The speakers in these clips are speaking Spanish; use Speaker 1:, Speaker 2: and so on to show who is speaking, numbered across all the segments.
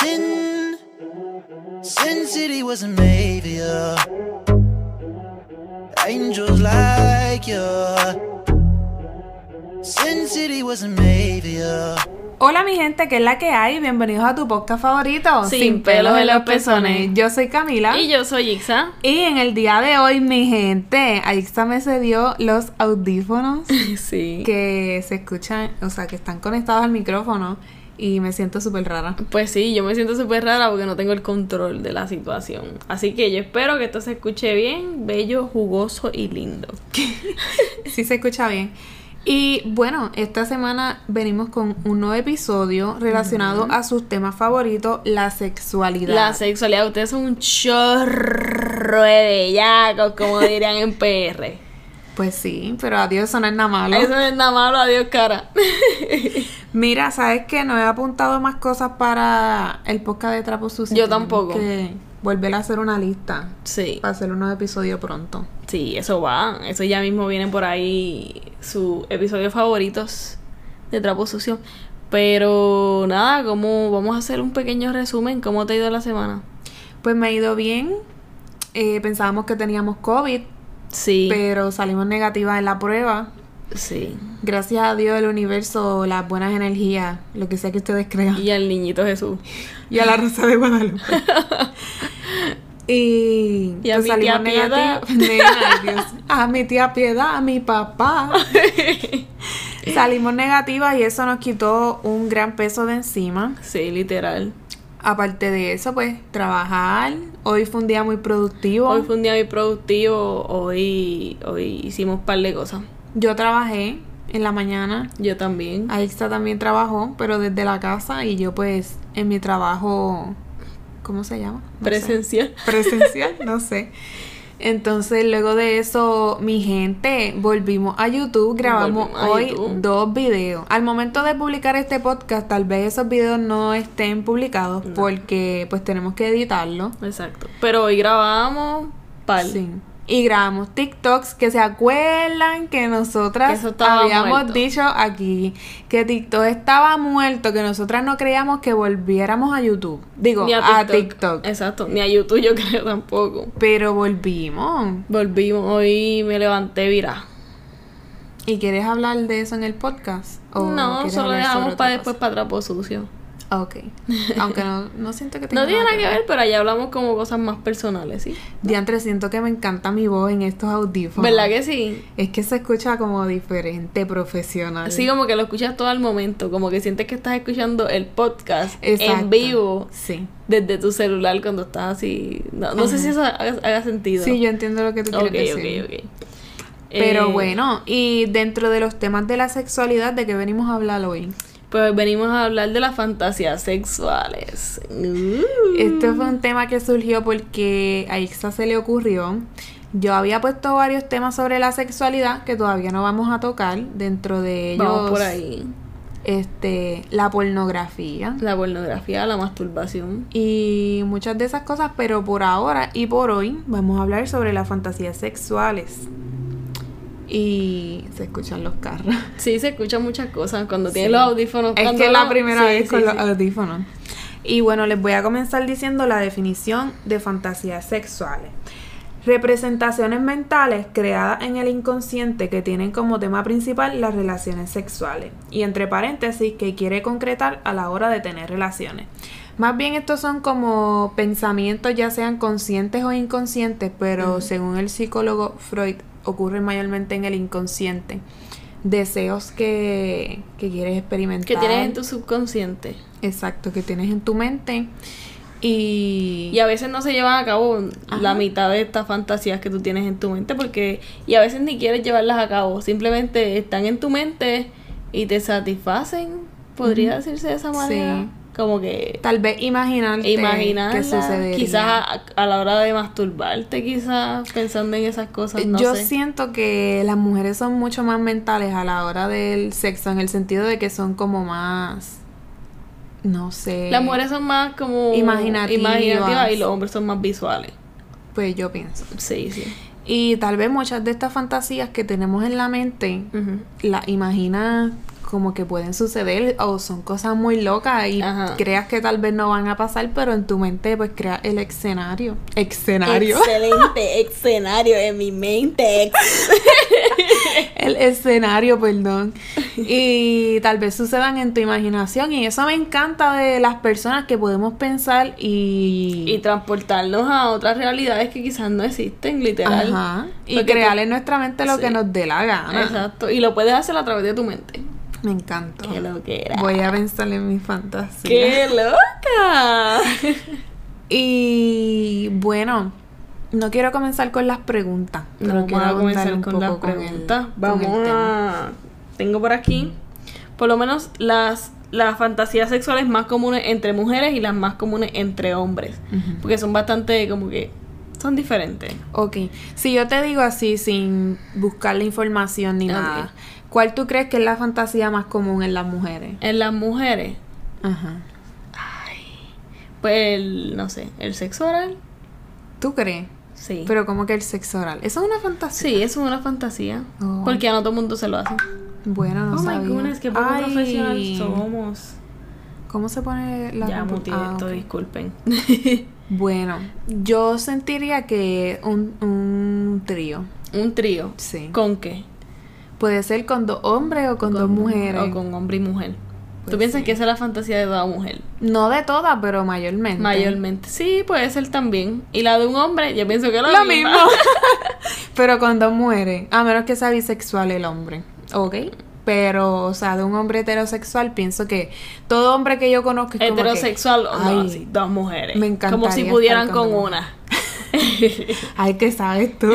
Speaker 1: Sin, Sin City was a maybe. yeah. Angels like you. Sin City was a maybe. yeah.
Speaker 2: Hola mi gente, ¿qué es la que hay? Bienvenidos a tu podcast favorito,
Speaker 3: Sin pelos en los pezones.
Speaker 2: Yo soy Camila.
Speaker 3: Y yo soy Ixa.
Speaker 2: Y en el día de hoy, mi gente, Aixa me cedió los audífonos
Speaker 3: Sí.
Speaker 2: que se escuchan, o sea, que están conectados al micrófono y me siento súper rara.
Speaker 3: Pues sí, yo me siento súper rara porque no tengo el control de la situación. Así que yo espero que esto se escuche bien, bello, jugoso y lindo.
Speaker 2: Sí se escucha bien. Y bueno, esta semana venimos con un nuevo episodio relacionado a sus temas favoritos, la sexualidad.
Speaker 3: La sexualidad, ustedes son un chorro de bellacos, como dirían en PR.
Speaker 2: pues sí, pero adiós, eso no es nada malo.
Speaker 3: Eso es nada malo, adiós cara.
Speaker 2: Mira, ¿sabes qué? No he apuntado más cosas para el podcast de Trapo Sucio.
Speaker 3: Yo
Speaker 2: Tenemos
Speaker 3: tampoco.
Speaker 2: Que volver a hacer una lista
Speaker 3: Sí,
Speaker 2: para hacer un nuevo episodio pronto.
Speaker 3: sí, eso va. Eso ya mismo viene por ahí sus episodios favoritos de Trapo Sucio. Pero nada, como vamos a hacer un pequeño resumen, ¿cómo te ha ido la semana?
Speaker 2: Pues me ha ido bien. Eh, pensábamos que teníamos COVID,
Speaker 3: Sí.
Speaker 2: pero salimos negativas en la prueba.
Speaker 3: Sí.
Speaker 2: Gracias a Dios, el universo, las buenas energías, lo que sea que ustedes crean.
Speaker 3: Y al niñito Jesús.
Speaker 2: Y a la Rosa de Guadalupe. Y, pues,
Speaker 3: Y a mi tía
Speaker 2: negativa- Nena, ay, Dios. A mi tía Piedad, a mi papá. salimos negativas y eso nos quitó un gran peso de encima.
Speaker 3: Sí, literal.
Speaker 2: Aparte de eso, pues trabajar. Hoy fue un día muy productivo.
Speaker 3: Hoy fue un día muy productivo. Hoy, hoy hicimos un par de cosas.
Speaker 2: Yo trabajé en la mañana.
Speaker 3: Yo también.
Speaker 2: Aixa también trabajó, pero desde la casa y yo pues en mi trabajo, ¿cómo se llama? No sé.
Speaker 3: Presencial.
Speaker 2: presencial, no sé. Entonces, luego de eso, mi gente, volvimos a YouTube, grabamos
Speaker 3: Volvimos a
Speaker 2: hoy
Speaker 3: YouTube.
Speaker 2: dos videos. Al momento de publicar este podcast, tal vez esos videos no estén publicados porque pues tenemos que editarlo.
Speaker 3: Exacto. Pero hoy grabamos par.
Speaker 2: Sí. Y grabamos TikToks que se acuerdan que
Speaker 3: Que
Speaker 2: nosotras
Speaker 3: eso estaba
Speaker 2: habíamos
Speaker 3: muerto.
Speaker 2: dicho aquí que TikTok estaba muerto, que nosotras no creíamos que volviéramos a YouTube. Digo,
Speaker 3: Ni
Speaker 2: a Ah, TikTok.
Speaker 3: Exacto. Ni a YouTube yo creo tampoco.
Speaker 2: Pero volvimos.
Speaker 3: Volvimos. Hoy me levanté virá.
Speaker 2: ¿Y quieres hablar de eso en el podcast? ¿O
Speaker 3: no,
Speaker 2: Oh, quieres
Speaker 3: solo
Speaker 2: hablar sobre
Speaker 3: dejamos
Speaker 2: otra
Speaker 3: para después
Speaker 2: cosa?
Speaker 3: para trapo sucio.
Speaker 2: Ah, Ok. Aunque no, no siento que tenga
Speaker 3: No tiene nada que ver, pero allá hablamos como cosas más personales, ¿sí?
Speaker 2: Diantre, siento que me encanta mi voz en estos audífonos.
Speaker 3: ¿Verdad que sí?
Speaker 2: Es que se escucha como diferente, profesional.
Speaker 3: Así como que lo escuchas todo el momento, como que sientes que estás escuchando el podcast
Speaker 2: Exacto.
Speaker 3: en vivo
Speaker 2: Sí.
Speaker 3: desde tu celular cuando estás así. No, no sé si eso haga, haga sentido.
Speaker 2: Sí, yo entiendo lo que tú quieres
Speaker 3: Ok,
Speaker 2: decir.
Speaker 3: ok, ok.
Speaker 2: Pero
Speaker 3: Eh,
Speaker 2: bueno, y dentro de los temas de la sexualidad, ¿de qué venimos a hablar hoy?
Speaker 3: Pues venimos a hablar de las fantasías sexuales. Uh.
Speaker 2: Este fue un tema que surgió porque a Ixa se le ocurrió. Yo había puesto varios temas sobre la sexualidad que todavía no vamos a tocar. Dentro de ellos,
Speaker 3: Vamos por ahí.
Speaker 2: este, la pornografía
Speaker 3: La pornografía, la masturbación.
Speaker 2: y muchas de esas cosas, pero por ahora y por hoy vamos a hablar sobre las fantasías sexuales. Y se escuchan los carros.
Speaker 3: Sí, se escuchan muchas cosas cuando tienes
Speaker 2: Sí.
Speaker 3: los audífonos.
Speaker 2: Es
Speaker 3: cuando
Speaker 2: que es la
Speaker 3: lo-
Speaker 2: primera
Speaker 3: sí,
Speaker 2: vez
Speaker 3: sí,
Speaker 2: con los
Speaker 3: sí.
Speaker 2: audífonos. Y bueno, les voy a comenzar diciendo la definición de fantasías sexuales. Representaciones mentales creadas en el inconsciente que tienen como tema principal las relaciones sexuales. Y entre paréntesis, que quiere concretar a la hora de tener relaciones. Más bien estos son como pensamientos ya sean conscientes o inconscientes, pero según el psicólogo Freud ocurren mayormente en el inconsciente. Deseos que, que quieres experimentar.
Speaker 3: Que tienes en tu subconsciente.
Speaker 2: Exacto, que tienes en tu mente. Y...
Speaker 3: Y a veces no se llevan a cabo
Speaker 2: Ajá.
Speaker 3: la mitad de estas fantasías que tú tienes en tu mente porque y a veces ni quieres llevarlas a cabo, simplemente están en tu mente y te satisfacen, podría
Speaker 2: Ujú.
Speaker 3: decirse de esa
Speaker 2: Sí.
Speaker 3: manera. Como que
Speaker 2: Tal vez imaginarte
Speaker 3: imaginar
Speaker 2: que sucedería.
Speaker 3: quizás ah, a, a la hora de masturbarte, quizás pensando en esas cosas, no
Speaker 2: Yo
Speaker 3: sé.
Speaker 2: siento que las mujeres son mucho más mentales a la hora del sexo, en el sentido de que son como más, no sé.
Speaker 3: Las mujeres son más como
Speaker 2: Imaginativas.
Speaker 3: imaginativas y los hombres son más visuales.
Speaker 2: Pues yo pienso.
Speaker 3: Sí, sí.
Speaker 2: Y tal vez muchas de estas fantasías que tenemos en la mente,
Speaker 3: Ujú.
Speaker 2: las imaginas como que pueden suceder o son cosas muy locas y
Speaker 3: Ajá.
Speaker 2: creas que tal vez no van a pasar, pero en tu mente pues creas el escenario. Escenario.
Speaker 3: Excelente escenario en mi mente.
Speaker 2: el escenario, perdón. Y tal vez sucedan en tu imaginación y eso me encanta de las personas que podemos pensar y...
Speaker 3: Y transportarnos a otras realidades que quizás no existen, literal.
Speaker 2: Ajá. Y
Speaker 3: Porque
Speaker 2: crear
Speaker 3: tú-
Speaker 2: en nuestra mente lo
Speaker 3: Sí.
Speaker 2: que nos dé la gana.
Speaker 3: Exacto. Y lo puedes hacer a través de tu mente.
Speaker 2: Me encantó.
Speaker 3: Qué loquera.
Speaker 2: Voy a pensar en mi fantasía.
Speaker 3: ¡Qué loca!
Speaker 2: Y bueno, no quiero comenzar con las preguntas. pero
Speaker 3: No,
Speaker 2: quiero
Speaker 3: vamos a comenzar
Speaker 2: abundar
Speaker 3: con
Speaker 2: un
Speaker 3: las
Speaker 2: poco el-
Speaker 3: preguntas.
Speaker 2: con el
Speaker 3: Vamos
Speaker 2: tema.
Speaker 3: a... Tengo por aquí, por lo menos, las, las fantasías sexuales más comunes entre mujeres y las más comunes entre hombres.
Speaker 2: Ujú.
Speaker 3: Porque son bastante como que... Son diferentes.
Speaker 2: Ok, si yo te digo así sin buscar la información ni
Speaker 3: Ok.
Speaker 2: nada, ¿cuál tú crees que es la fantasía más común en las mujeres?
Speaker 3: En las mujeres,
Speaker 2: Ajá.
Speaker 3: pues, el, no sé, el sexo oral.
Speaker 2: ¿Tú crees?
Speaker 3: Sí.
Speaker 2: Pero como que el sexo oral. Eso es una fantasía.
Speaker 3: sí, es una fantasía.
Speaker 2: Oh.
Speaker 3: Porque a no todo el mundo se lo hace.
Speaker 2: Bueno, no
Speaker 3: oh
Speaker 2: sabía.
Speaker 3: my goodness, qué poco
Speaker 2: Ay,
Speaker 3: profesional somos.
Speaker 2: ¿Cómo se pone la
Speaker 3: ya
Speaker 2: compu-
Speaker 3: muteé
Speaker 2: Ah,
Speaker 3: esto,
Speaker 2: ok.
Speaker 3: disculpen.
Speaker 2: Bueno, yo sentiría que un, un trío,
Speaker 3: Un trío.
Speaker 2: sí.
Speaker 3: ¿Con qué?
Speaker 2: Puede ser con dos hombres o con, dos mujeres.
Speaker 3: O con hombre y mujer.
Speaker 2: Pues
Speaker 3: ¿Tú piensas
Speaker 2: sí.
Speaker 3: que esa es la fantasía de toda mujer?
Speaker 2: No de todas, pero mayormente.
Speaker 3: Mayormente. Sí, puede ser también. Y la de un hombre, yo pienso que es
Speaker 2: Lo,
Speaker 3: la
Speaker 2: mismo.
Speaker 3: misma.
Speaker 2: pero con dos mujeres. A menos que sea bisexual el hombre. Ok. Pero, o sea, de un hombre heterosexual, pienso que todo hombre que yo conozco es como que,
Speaker 3: Heterosexual, o no,
Speaker 2: Ay.
Speaker 3: sí, dos mujeres.
Speaker 2: Me
Speaker 3: Como
Speaker 2: encantaría
Speaker 3: si pudieran
Speaker 2: estar con
Speaker 3: con
Speaker 2: dos.
Speaker 3: una.
Speaker 2: Ay, que sabes tú.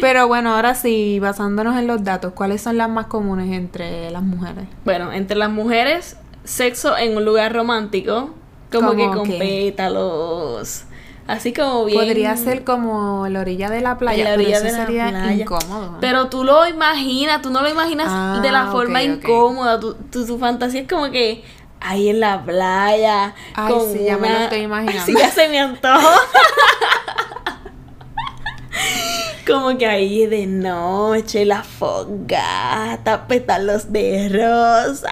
Speaker 2: Pero bueno, ahora sí, basándonos en los datos, ¿cuáles son las más comunes entre las mujeres?
Speaker 3: Bueno, entre las mujeres, sexo en un lugar romántico, como que
Speaker 2: ¿Cómo
Speaker 3: con
Speaker 2: qué?
Speaker 3: pétalos. Así como bien.
Speaker 2: Podría ser como la orilla de la playa,
Speaker 3: En la
Speaker 2: pero
Speaker 3: orilla
Speaker 2: eso
Speaker 3: de la
Speaker 2: sería
Speaker 3: playa.
Speaker 2: incómodo.
Speaker 3: Pero tú lo imaginas, tú no lo imaginas
Speaker 2: Ah,
Speaker 3: de la
Speaker 2: ok,
Speaker 3: forma
Speaker 2: ok.
Speaker 3: incómoda. Tu, tu- tu fantasía es como que ahí en la playa.
Speaker 2: Ay,
Speaker 3: con
Speaker 2: sí, ya me lo
Speaker 3: una-
Speaker 2: estoy imaginando.
Speaker 3: Sí, ya se me antojó. como que ahí de noche, la fogata, pétalos de rosa.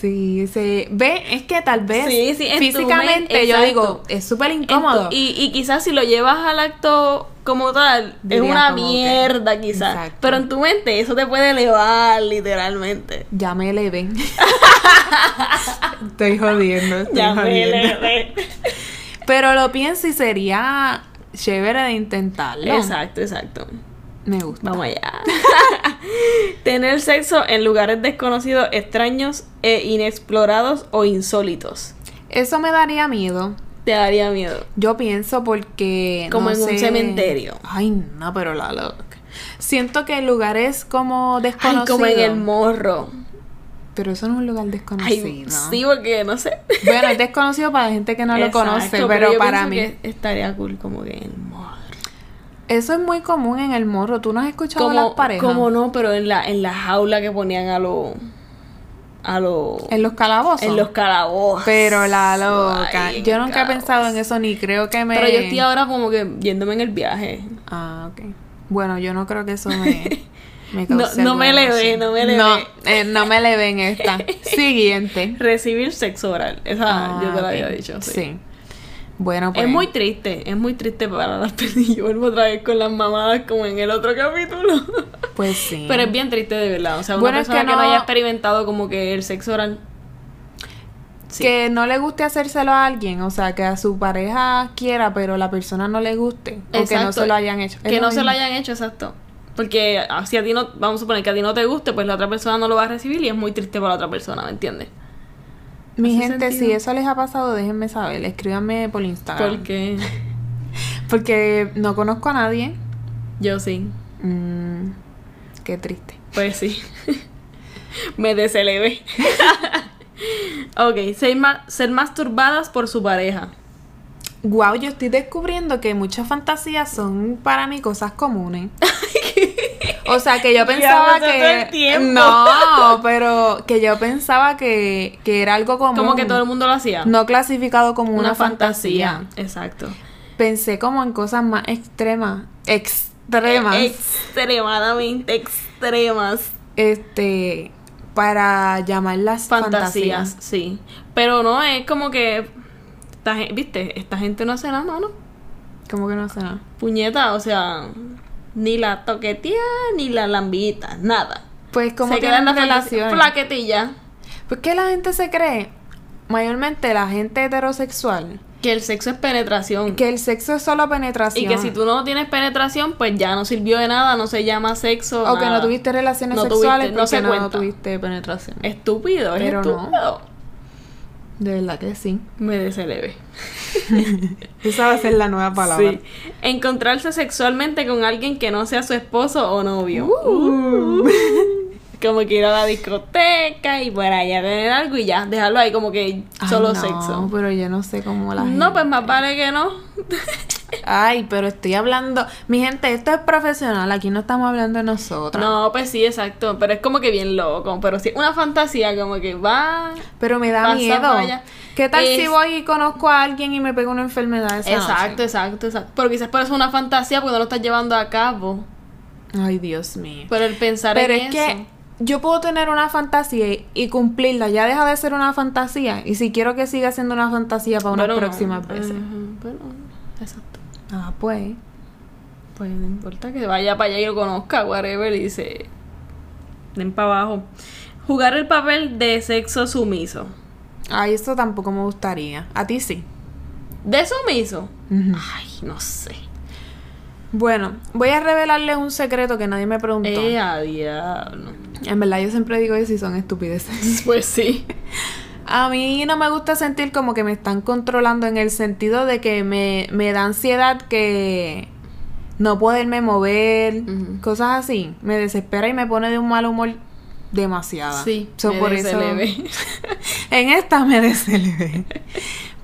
Speaker 2: Sí, sí. Ve, es que tal vez
Speaker 3: Sí, sí, en tu
Speaker 2: físicamente
Speaker 3: mente,
Speaker 2: yo
Speaker 3: exacto.
Speaker 2: digo, es súper incómodo.
Speaker 3: Ento- Y, y quizás si lo llevas al acto como tal,
Speaker 2: Dirías
Speaker 3: es una
Speaker 2: como que-
Speaker 3: mierda quizás.
Speaker 2: Exacto.
Speaker 3: Pero en tu mente eso te puede elevar literalmente.
Speaker 2: Ya me le ven. estoy jodiendo, estoy
Speaker 3: Ya me
Speaker 2: jodiendo.
Speaker 3: elevé.
Speaker 2: Pero lo pienso y sería chévere de intentarlo.
Speaker 3: Exacto, exacto.
Speaker 2: Me gusta.
Speaker 3: Vamos allá. Tener sexo en lugares desconocidos, extraños e inexplorados o insólitos.
Speaker 2: Eso me daría miedo.
Speaker 3: Te daría miedo.
Speaker 2: Yo pienso porque.
Speaker 3: Como
Speaker 2: no
Speaker 3: en un
Speaker 2: sé-
Speaker 3: cementerio.
Speaker 2: Ay, no, pero la loca. Siento que lugares como
Speaker 3: Ay,
Speaker 2: desconocidos.
Speaker 3: como en el morro.
Speaker 2: Pero eso no es un lugar desconocido.
Speaker 3: Ay, sí, porque no sé.
Speaker 2: Bueno, es desconocido para la gente que no
Speaker 3: Exacto,
Speaker 2: lo conoce, pero,
Speaker 3: yo
Speaker 2: para
Speaker 3: pienso
Speaker 2: mí.
Speaker 3: que estaría cool como que en el morro.
Speaker 2: Eso es muy común en el morro. ¿Tú no has escuchado de las parejas?
Speaker 3: como no, pero en la, en la jaula que ponían a los. a los.
Speaker 2: En los calabozos.
Speaker 3: en los calabozos.
Speaker 2: Pero la loca.
Speaker 3: Ay,
Speaker 2: yo nunca he
Speaker 3: calabozos.
Speaker 2: pensado en eso ni creo que me.
Speaker 3: Pero yo estoy ahora como que yéndome en el viaje.
Speaker 2: Ah, ok. Bueno, yo no creo que eso me. me
Speaker 3: No-
Speaker 2: cause
Speaker 3: no me
Speaker 2: alguna
Speaker 3: le ve,
Speaker 2: emoción.
Speaker 3: no me le
Speaker 2: No,
Speaker 3: ve.
Speaker 2: eh, no me le ve en esta. Siguiente.
Speaker 3: Recibir sexo oral. Esa
Speaker 2: Ah,
Speaker 3: yo te
Speaker 2: ok.
Speaker 3: la había dicho. Sí.
Speaker 2: Bueno, pues.
Speaker 3: Es muy triste, es muy triste para las personas. Yo vuelvo otra vez con las mamadas como en el otro capítulo.
Speaker 2: Pues sí.
Speaker 3: Pero es bien triste de verdad. O sea, una
Speaker 2: Bueno, es que
Speaker 3: persona que no...
Speaker 2: no-
Speaker 3: haya experimentado como que el sexo oral. sí.
Speaker 2: Que no le guste hacérselo a alguien, o sea, que a su pareja quiera, pero la persona no le guste. O que no
Speaker 3: Exacto.
Speaker 2: se lo hayan hecho. Es
Speaker 3: Que
Speaker 2: lo
Speaker 3: no se
Speaker 2: mismo.
Speaker 3: lo hayan hecho, exacto. Porque ah, si a ti no, vamos a suponer que a ti no te guste, pues la otra persona no lo va a recibir y es muy triste para la otra persona, ¿me entiendes?
Speaker 2: Mi
Speaker 3: hace
Speaker 2: gente, si
Speaker 3: sentido.
Speaker 2: eso les ha pasado, déjenme saber. Escríbanme por Instagram.
Speaker 3: Porque
Speaker 2: Porque no conozco a nadie.
Speaker 3: yo sí,
Speaker 2: Mm, qué triste.
Speaker 3: pues sí. Me deselevé. ok, ser, ma- ser masturbadas por su pareja.
Speaker 2: Wow, yo estoy descubriendo que muchas fantasías son para mí cosas comunes. O sea, que yo
Speaker 3: Ya
Speaker 2: pensaba
Speaker 3: pasó todo el
Speaker 2: que...
Speaker 3: tiempo.
Speaker 2: No, pero que yo pensaba que, que era algo común.
Speaker 3: Como que todo el mundo lo hacía.
Speaker 2: No clasificado como una, fantasía.
Speaker 3: Exacto.
Speaker 2: Pensé como en cosas
Speaker 3: Eh,
Speaker 2: más extremas. Extremas.
Speaker 3: Extremadamente E-, extremas.
Speaker 2: este para llamarlas
Speaker 3: Fantasías,
Speaker 2: fantasías.
Speaker 3: sí. Pero no es como que. esta gen- ¿Viste? Esta gente no hace nada, mano.
Speaker 2: Como que no sé nada.
Speaker 3: Puñeta, o sea. Ni la toquetía, ni la lambita, nada.
Speaker 2: Pues como
Speaker 3: Se
Speaker 2: tienen las
Speaker 3: quedan las
Speaker 2: relaciones.
Speaker 3: Plaquetilla.
Speaker 2: Pues que la gente se cree, mayormente la gente heterosexual,
Speaker 3: Que el sexo es penetración.
Speaker 2: que el sexo es solo penetración.
Speaker 3: Y que si tú no tienes penetración, pues ya no sirvió de nada, no se llama sexo.
Speaker 2: o que
Speaker 3: nada.
Speaker 2: no tuviste relaciones
Speaker 3: No
Speaker 2: sexuales
Speaker 3: tuviste, no
Speaker 2: porque
Speaker 3: se
Speaker 2: no
Speaker 3: cuenta. Eh.
Speaker 2: tuviste penetración.
Speaker 3: Estúpido, es
Speaker 2: Pero no.
Speaker 3: estúpido.
Speaker 2: De verdad que sí.
Speaker 3: Me deseleve.
Speaker 2: Esa va a ser la nueva palabra.
Speaker 3: Sí. Encontrarse sexualmente con alguien que no sea su esposo o novio.
Speaker 2: Uh.
Speaker 3: Como que ir a la discoteca y por allá tener algo y ya, dejarlo ahí como que
Speaker 2: Ay,
Speaker 3: solo
Speaker 2: no,
Speaker 3: sexo.
Speaker 2: Pero yo no sé cómo la gente-
Speaker 3: No, pues más vale que no.
Speaker 2: Ay, pero estoy hablando. Mi gente, esto es profesional. Aquí no estamos hablando de nosotros.
Speaker 3: No, pues sí, exacto. Pero es como que bien loco. Pero sí, una fantasía como que va.
Speaker 2: Pero me da
Speaker 3: Pasa
Speaker 2: miedo.
Speaker 3: por allá.
Speaker 2: ¿Qué tal si
Speaker 3: Es-
Speaker 2: voy y conozco a alguien y me pego una enfermedad? esa
Speaker 3: Exacto, exacto, exacto. Pero quizás por eso es una fantasía porque no lo estás llevando a cabo.
Speaker 2: noche? Ay, Dios mío.
Speaker 3: Pero el pensar
Speaker 2: Pero
Speaker 3: en
Speaker 2: es
Speaker 3: Pues, eso-
Speaker 2: que yo puedo tener una fantasía y- y cumplirla. Ya deja de ser una fantasía. Y si quiero que siga siendo una fantasía para unas
Speaker 3: Bueno, eh,
Speaker 2: próximas
Speaker 3: no.
Speaker 2: veces.
Speaker 3: Ajá, bueno, exacto.
Speaker 2: Ah, pues.
Speaker 3: Pues no importa que vaya para allá y lo conozca, whatever, y se den para abajo. Jugar el papel de sexo sumiso.
Speaker 2: Ay, eso tampoco me gustaría. A ti sí.
Speaker 3: ¿De sumiso?
Speaker 2: Ujú.
Speaker 3: Ay, no sé.
Speaker 2: Bueno, voy a revelarles un secreto que nadie me preguntó.
Speaker 3: Eh, a diablo.
Speaker 2: En verdad, yo siempre digo eso y son estupideces.
Speaker 3: Pues sí.
Speaker 2: A mí no me gusta sentir como que me están controlando en el sentido de que me, me da ansiedad que no poderme mover,
Speaker 3: Ujú.
Speaker 2: cosas así. Me desespera y me pone de un mal humor demasiado.
Speaker 3: Sí,
Speaker 2: So,
Speaker 3: me
Speaker 2: por eso-
Speaker 3: deseleve.
Speaker 2: en esta me deselevé.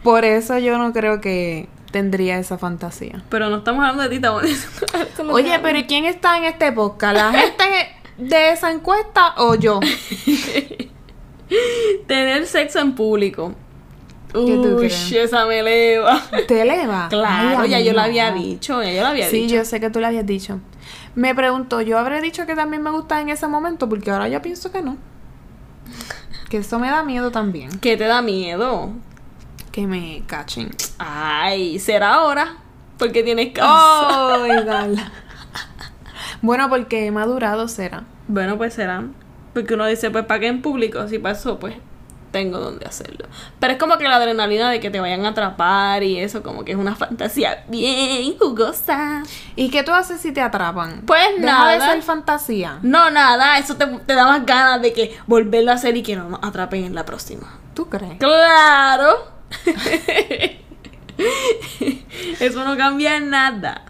Speaker 2: por eso yo no creo que tendría esa fantasía.
Speaker 3: Pero no estamos hablando de ti, estamos- eso no
Speaker 2: Oye,
Speaker 3: te-
Speaker 2: pero ¿y quién está en este podcast? ¿La gente de esa encuesta o yo?
Speaker 3: Tener sexo en público.
Speaker 2: ¿Qué tú
Speaker 3: Uy,
Speaker 2: crees?
Speaker 3: esa me eleva.
Speaker 2: ¿Te eleva?
Speaker 3: Claro,
Speaker 2: Ay,
Speaker 3: ya yo lo había
Speaker 2: no.
Speaker 3: dicho, ya yo lo había
Speaker 2: Sí,
Speaker 3: dicho.
Speaker 2: yo sé que tú le habías dicho. Me preguntó, yo habré dicho que también me gusta en ese momento, porque ahora yo pienso que no. Que eso me da miedo también.
Speaker 3: ¿Qué te da miedo?
Speaker 2: Que me cachen.
Speaker 3: Ay, será ahora. Porque tienes que
Speaker 2: Oh. ¡Ay, Dala! Bueno, porque he madurado, será.
Speaker 3: Bueno, pues será. Porque uno dice, pues para qué en público, si pasó, pues tengo donde hacerlo. Pero es como que la adrenalina de que te vayan a atrapar y eso, como que es una fantasía bien jugosa.
Speaker 2: ¿Y qué tú haces si te atrapan?
Speaker 3: Pues
Speaker 2: Deja de
Speaker 3: nada.
Speaker 2: ser fantasía.
Speaker 3: No, nada, eso te, te da más ganas de que volverlo a hacer y que no nos atrapen en la próxima.
Speaker 2: ¿Tú crees?
Speaker 3: ¡Claro! eso no cambia nada.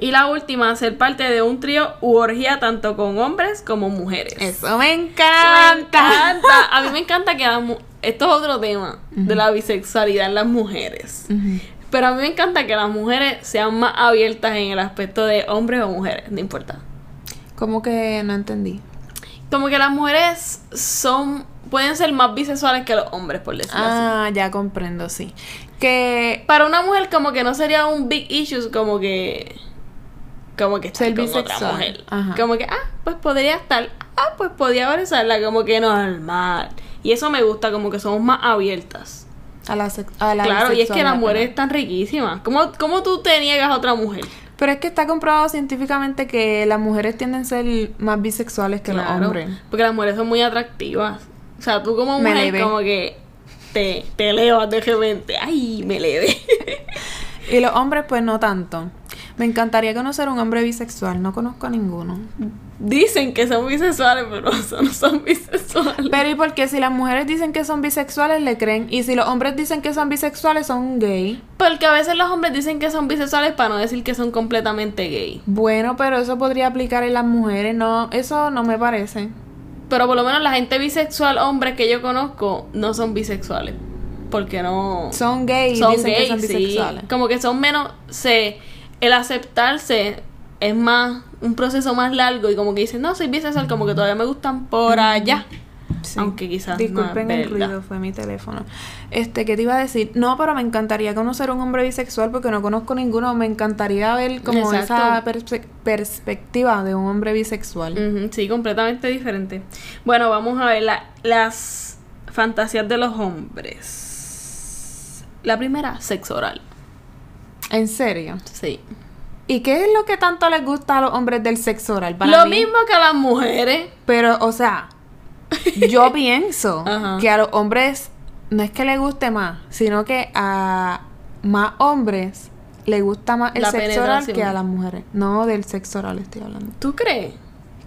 Speaker 3: Y la última, ser parte de un trío u orgía tanto con hombres como mujeres.
Speaker 2: Eso me
Speaker 3: Me
Speaker 2: encanta.
Speaker 3: encanta. A mí me encanta que las mu- esto es otro tema de la bisexualidad en las mujeres.
Speaker 2: Ujú.
Speaker 3: Pero a mí me encanta que las mujeres sean más abiertas en el aspecto de hombres o mujeres, no importa.
Speaker 2: Como que no entendí.
Speaker 3: Como que las mujeres son pueden ser más bisexuales que los hombres, por decirlo así.
Speaker 2: Ah, ya comprendo, sí. Que
Speaker 3: Para una mujer como que no sería un big issue como que como que estar
Speaker 2: Ser
Speaker 3: con
Speaker 2: bisexual.
Speaker 3: otra mujer.
Speaker 2: Ajá.
Speaker 3: Como que ah, pues podría estar, ah, pues podía besarla, como que normal. Y eso me gusta, como que somos más abiertas.
Speaker 2: a la, sex- a la
Speaker 3: Claro, y es que
Speaker 2: bisexualidad,
Speaker 3: las mujeres
Speaker 2: perdón.
Speaker 3: están riquísimas. ¿Cómo, ¿Cómo tú te niegas a otra mujer?
Speaker 2: Pero es que está comprobado científicamente que las mujeres tienden a ser más bisexuales que los
Speaker 3: Claro,
Speaker 2: hombres.
Speaker 3: Porque las mujeres son muy atractivas. O sea, tú como
Speaker 2: Me
Speaker 3: mujer
Speaker 2: elevé.
Speaker 3: como que te, te elevas de repente. Ay, me eleve.
Speaker 2: Y los hombres, pues no tanto. Me encantaría conocer un hombre bisexual, no conozco a ninguno.
Speaker 3: Dicen que son bisexuales, pero son- no son bisexuales.
Speaker 2: Pero ¿y por qué si las mujeres dicen que son bisexuales, le creen? Y si los hombres dicen que son bisexuales, son gay.
Speaker 3: Porque a veces los hombres dicen que son bisexuales para no decir que son completamente gay.
Speaker 2: Bueno, pero eso podría aplicar en las mujeres, no, eso no me parece.
Speaker 3: Pero por lo menos la gente bisexual, hombres que yo conozco, no son bisexuales. Porque no...
Speaker 2: Son gay y
Speaker 3: son
Speaker 2: dicen que
Speaker 3: gays,
Speaker 2: son
Speaker 3: sí.
Speaker 2: bisexuales.
Speaker 3: Como que son menos, se, el aceptarse es más, un proceso más largo y como que dicen, no, soy bisexual, como que todavía me gustan por allá.
Speaker 2: Sí.
Speaker 3: Aunque quizás no es
Speaker 2: Disculpen el
Speaker 3: verdad.
Speaker 2: ruido, fue mi teléfono. Este, ¿qué te iba a decir? No, pero me encantaría conocer un hombre bisexual porque no conozco ninguno. Me encantaría ver como
Speaker 3: Exacto.
Speaker 2: esa perspe- perspectiva de un hombre bisexual.
Speaker 3: Ujú, sí, completamente diferente. Bueno, vamos a ver la- las fantasías de los hombres. La primera, sexo oral. Mm.
Speaker 2: En serio.
Speaker 3: Sí.
Speaker 2: ¿Y qué es lo que tanto les gusta a los hombres del sexo oral? Para
Speaker 3: Lo
Speaker 2: mí-
Speaker 3: mismo que a las mujeres.
Speaker 2: Pero, o sea, yo pienso
Speaker 3: Ajá.
Speaker 2: que a los hombres no es que les guste más, sino que a más hombres les gusta más el
Speaker 3: La
Speaker 2: sexo oral
Speaker 3: penetración.
Speaker 2: que a las mujeres. No del sexo oral estoy hablando.
Speaker 3: ¿Tú crees?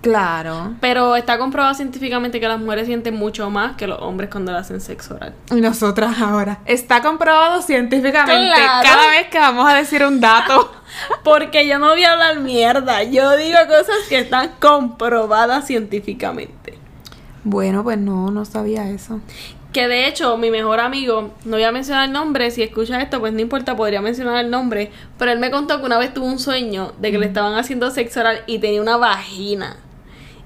Speaker 2: Claro.
Speaker 3: Pero está comprobado científicamente que las mujeres sienten mucho más que los hombres cuando le hacen sexo oral.
Speaker 2: Y nosotras ahora. Está comprobado científicamente
Speaker 3: Claro.
Speaker 2: cada vez que vamos a decir un dato.
Speaker 3: Porque yo no voy a hablar mierda. Yo digo cosas que están comprobadas científicamente.
Speaker 2: bueno, pues no, no sabía eso.
Speaker 3: Que de hecho, mi mejor amigo, no voy a mencionar el nombre, si escuchas esto, pues no importa, podría mencionar el nombre, pero él me contó que una vez tuvo un sueño de que le estaban haciendo sexo oral y tenía una vagina.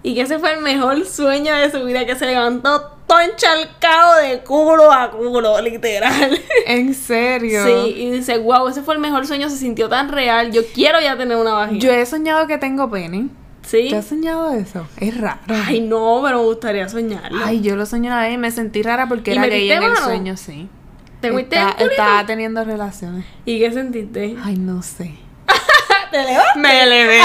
Speaker 3: Y que ese fue el mejor sueño de su vida, que se levantó todo encharcado de culo a culo, literal.
Speaker 2: En serio.
Speaker 3: Sí, y dice, wow, ese fue el mejor sueño, se sintió tan real, yo quiero ya tener una vagina.
Speaker 2: Yo he soñado que tengo pene.
Speaker 3: sí.
Speaker 2: ¿Te has soñado eso? Es raro.
Speaker 3: Ay, no, pero me gustaría soñarlo.
Speaker 2: Ay, yo lo soñé una vez y me sentí rara porque
Speaker 3: ¿Y
Speaker 2: era
Speaker 3: metiste
Speaker 2: gay en el
Speaker 3: mano?
Speaker 2: sueño, sí.
Speaker 3: ¿Te fuiste
Speaker 2: Está-
Speaker 3: del culito?
Speaker 2: Estaba teniendo relaciones.
Speaker 3: ¿Y qué sentiste?
Speaker 2: Ay, no sé.
Speaker 3: ¿Te levantas?
Speaker 2: Me elevé.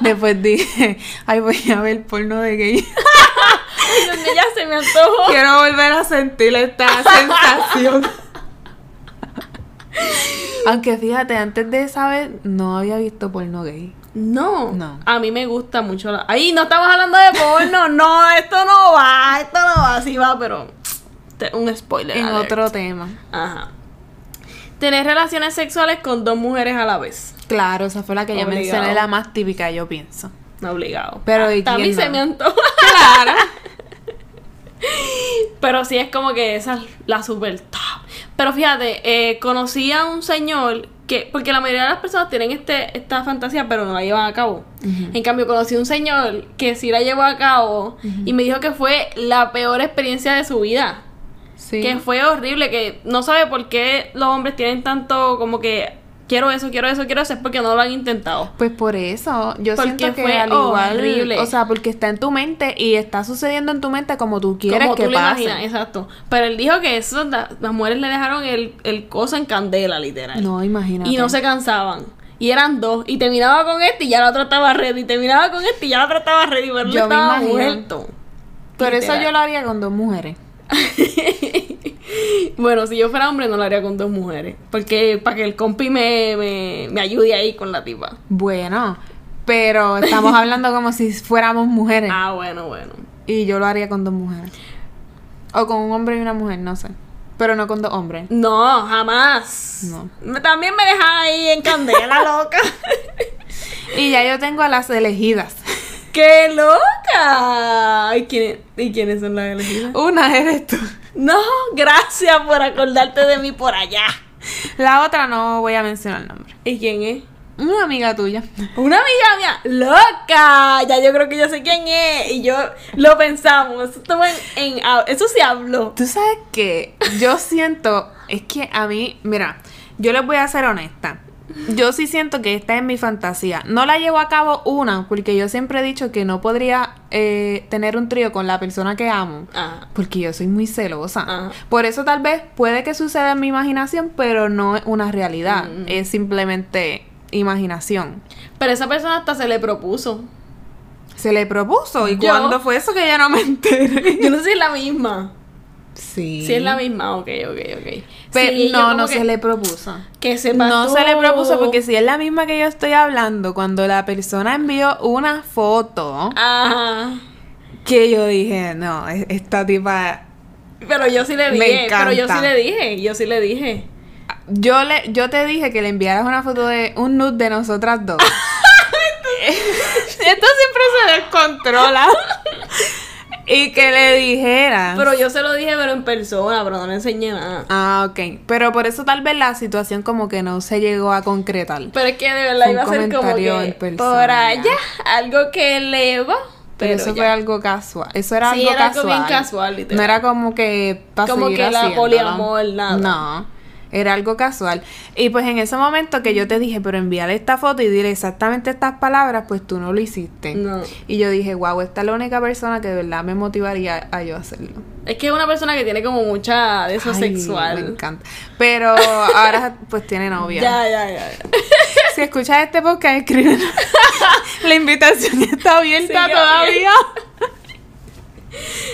Speaker 2: Después dije, ay, voy a ver porno de gay.
Speaker 3: Ay, Dios mío, ya se me antojó.
Speaker 2: Quiero volver a sentir esta sensación. Aunque fíjate, antes de esa vez no había visto porno gay.
Speaker 3: No.
Speaker 2: No.
Speaker 3: A mí me gusta mucho la... Ay, no estamos hablando de porno. no, esto no va. Esto no va. Sí va, pero... te- Un spoiler.
Speaker 2: En
Speaker 3: alert.
Speaker 2: otro tema.
Speaker 3: Ajá. Tener relaciones sexuales con dos mujeres a la vez.
Speaker 2: Claro, esa fue la que yo
Speaker 3: Obligado.
Speaker 2: mencioné, la más típica, yo pienso.
Speaker 3: No obligado.
Speaker 2: Pero, ¿y
Speaker 3: Hasta a mí
Speaker 2: quién
Speaker 3: se
Speaker 2: no?
Speaker 3: me antoja.
Speaker 2: Claro.
Speaker 3: Pero sí es como que esa es la super top. Pero fíjate, eh, conocí a un señor que. Porque la mayoría de las personas tienen este, esta fantasía, pero no la llevan a cabo. En cambio, conocí a un señor que sí la llevó a cabo y me dijo que fue la peor experiencia de su vida.
Speaker 2: Sí.
Speaker 3: Que fue horrible, que no sabe por qué los hombres tienen tanto como que quiero eso, quiero eso, quiero eso, es porque no lo han intentado.
Speaker 2: Pues por eso, yo
Speaker 3: Porque
Speaker 2: siento que
Speaker 3: fue Oh,
Speaker 2: al igual,
Speaker 3: horrible.
Speaker 2: o sea, porque está en tu mente y está sucediendo en tu mente como tú quieres
Speaker 3: Como
Speaker 2: que
Speaker 3: tú lo
Speaker 2: pase.
Speaker 3: imaginas, exacto. Pero él dijo que eso, la- las mujeres le dejaron el, el coso en candela, literal.
Speaker 2: No, imagínate.
Speaker 3: Y no se cansaban. Y eran dos. Y terminaba con este y ya la otra estaba ready. Y terminaba con este y ya la otra estaba ready. Pero él
Speaker 2: Yo me
Speaker 3: estaba
Speaker 2: imagino.
Speaker 3: muerto.
Speaker 2: Por eso
Speaker 3: Literal.
Speaker 2: yo lo haría con dos mujeres.
Speaker 3: Bueno, si yo fuera hombre no lo haría con dos mujeres. Porque para que el compi me, me, me ayude ahí con la tipa.
Speaker 2: Bueno, pero estamos hablando como si fuéramos mujeres
Speaker 3: Ah, bueno, bueno.
Speaker 2: y yo lo haría con dos mujeres. O con un hombre y una mujer, no sé. Pero no con dos hombres.
Speaker 3: No, jamás.
Speaker 2: No.
Speaker 3: Me- También me dejan ahí en candela, loca.
Speaker 2: Y ya yo tengo a las elegidas.
Speaker 3: ¡Qué loca! ¿Y, quién- ¿Y quiénes son las elegidas?
Speaker 2: Una eres tú.
Speaker 3: No, gracias por acordarte de mí por allá.
Speaker 2: La otra no voy a mencionar el nombre.
Speaker 3: ¿Y quién es?
Speaker 2: Una amiga tuya.
Speaker 3: Una amiga mía, loca, ya yo creo que yo sé quién es. Y yo lo pensamos. Eso, estuvo en, en- ah, eso se habló.
Speaker 2: Tú sabes que yo siento, es que a mí, mira, yo les voy a ser honesta. Yo sí siento que esta es mi fantasía. No la llevo a cabo una, porque yo siempre he dicho que no podría eh, tener un trío con la persona que amo.
Speaker 3: Ah,
Speaker 2: Porque yo soy muy celosa.
Speaker 3: Ajá.
Speaker 2: Por eso tal vez puede que suceda en mi imaginación, pero no es una realidad.
Speaker 3: Mm.
Speaker 2: Es simplemente imaginación.
Speaker 3: pero esa persona hasta se le propuso.
Speaker 2: Se le propuso. ¿Y
Speaker 3: Yo-
Speaker 2: cuándo fue eso que yo no me enteré?
Speaker 3: Yo no sé si es la misma.
Speaker 2: Sí.
Speaker 3: Si es la misma, ok, ok, ok.
Speaker 2: Pero
Speaker 3: Sí, yo
Speaker 2: no,
Speaker 3: como
Speaker 2: no
Speaker 3: que-
Speaker 2: se le propuso.
Speaker 3: Que sepas
Speaker 2: No
Speaker 3: tú.
Speaker 2: se le propuso porque si es la misma que yo estoy hablando, cuando la persona envió una foto
Speaker 3: Ajá.
Speaker 2: que yo dije, no, es- esta tipa...
Speaker 3: Pero yo sí le
Speaker 2: Me
Speaker 3: dije. Pero yo sí
Speaker 2: encanta.
Speaker 3: le dije. Yo sí le dije.
Speaker 2: Yo, le, yo te dije que le enviaras una foto de un nude de nosotras dos. Esto siempre se descontrola. y que le dijera...
Speaker 3: Pero yo se lo dije, pero en persona, pero no le enseñé nada.
Speaker 2: Ah, ok. Pero por eso tal vez la situación como que no se llegó a concretar.
Speaker 3: Pero es que de verdad
Speaker 2: Fue un
Speaker 3: iba a ser como
Speaker 2: comentario
Speaker 3: que
Speaker 2: en persona.
Speaker 3: por allá, algo que elevo
Speaker 2: Pero,
Speaker 3: Pero
Speaker 2: eso
Speaker 3: ya.
Speaker 2: fue algo casual. Eso era
Speaker 3: Sí,
Speaker 2: algo
Speaker 3: era algo
Speaker 2: casual.
Speaker 3: bien casual, literal.
Speaker 2: No era como que pa'
Speaker 3: Como
Speaker 2: seguir
Speaker 3: que la
Speaker 2: haciéndolo.
Speaker 3: poliamor, nada.
Speaker 2: No, era algo casual. Y pues en ese momento que yo te dije, pero envíale esta foto y dile exactamente estas palabras, pues tú no lo hiciste.
Speaker 3: No.
Speaker 2: Y yo dije, wow, esta es la única persona que de verdad me motivaría a yo hacerlo.
Speaker 3: Es que es una persona que tiene como mucha de eso
Speaker 2: Ay,
Speaker 3: sexual.
Speaker 2: Me encanta. Pero ahora pues tiene novia.
Speaker 3: Ya, ya, ya.
Speaker 2: Si escuchas este podcast, escríbenos. la invitación está abierta
Speaker 3: Sí,
Speaker 2: todavía.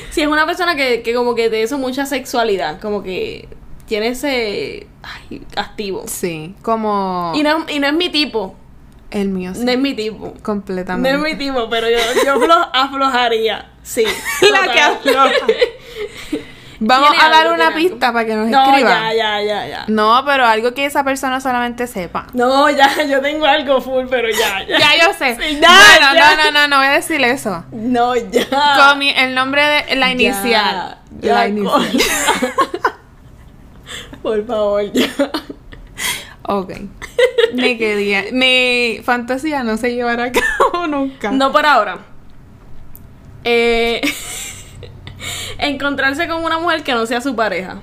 Speaker 3: Si es una persona que, que como que te hizo mucha sexualidad, como que tiene ese ay, activo.
Speaker 2: Sí, como
Speaker 3: Y no, y no es mi tipo.
Speaker 2: el mío. sí.
Speaker 3: No es mi tipo. No
Speaker 2: Completamente.
Speaker 3: es mi tipo, pero yo, yo aflo- aflojaría. Sí.
Speaker 2: La que afloja. Vamos
Speaker 3: Tiene
Speaker 2: a dar
Speaker 3: algo,
Speaker 2: una
Speaker 3: tiene algo.
Speaker 2: pista para que nos
Speaker 3: No,
Speaker 2: escriban.
Speaker 3: ya, ya, ya, ya.
Speaker 2: No, pero algo que esa persona solamente sepa.
Speaker 3: No, ya, yo tengo algo full, pero ya, ya.
Speaker 2: Ya yo sé.
Speaker 3: Sí, ya,
Speaker 2: no, no,
Speaker 3: ya.
Speaker 2: no, no, no, voy a decir eso.
Speaker 3: No, ya.
Speaker 2: Con mi- el nombre de la inicial.
Speaker 3: Ya,
Speaker 2: la
Speaker 3: ya,
Speaker 2: inicial.
Speaker 3: con- Por favor, ya.
Speaker 2: Ok. Ni que día. Mi fantasía no se llevará a cabo nunca.
Speaker 3: No por ahora. Eh, encontrarse con una mujer que no sea su pareja.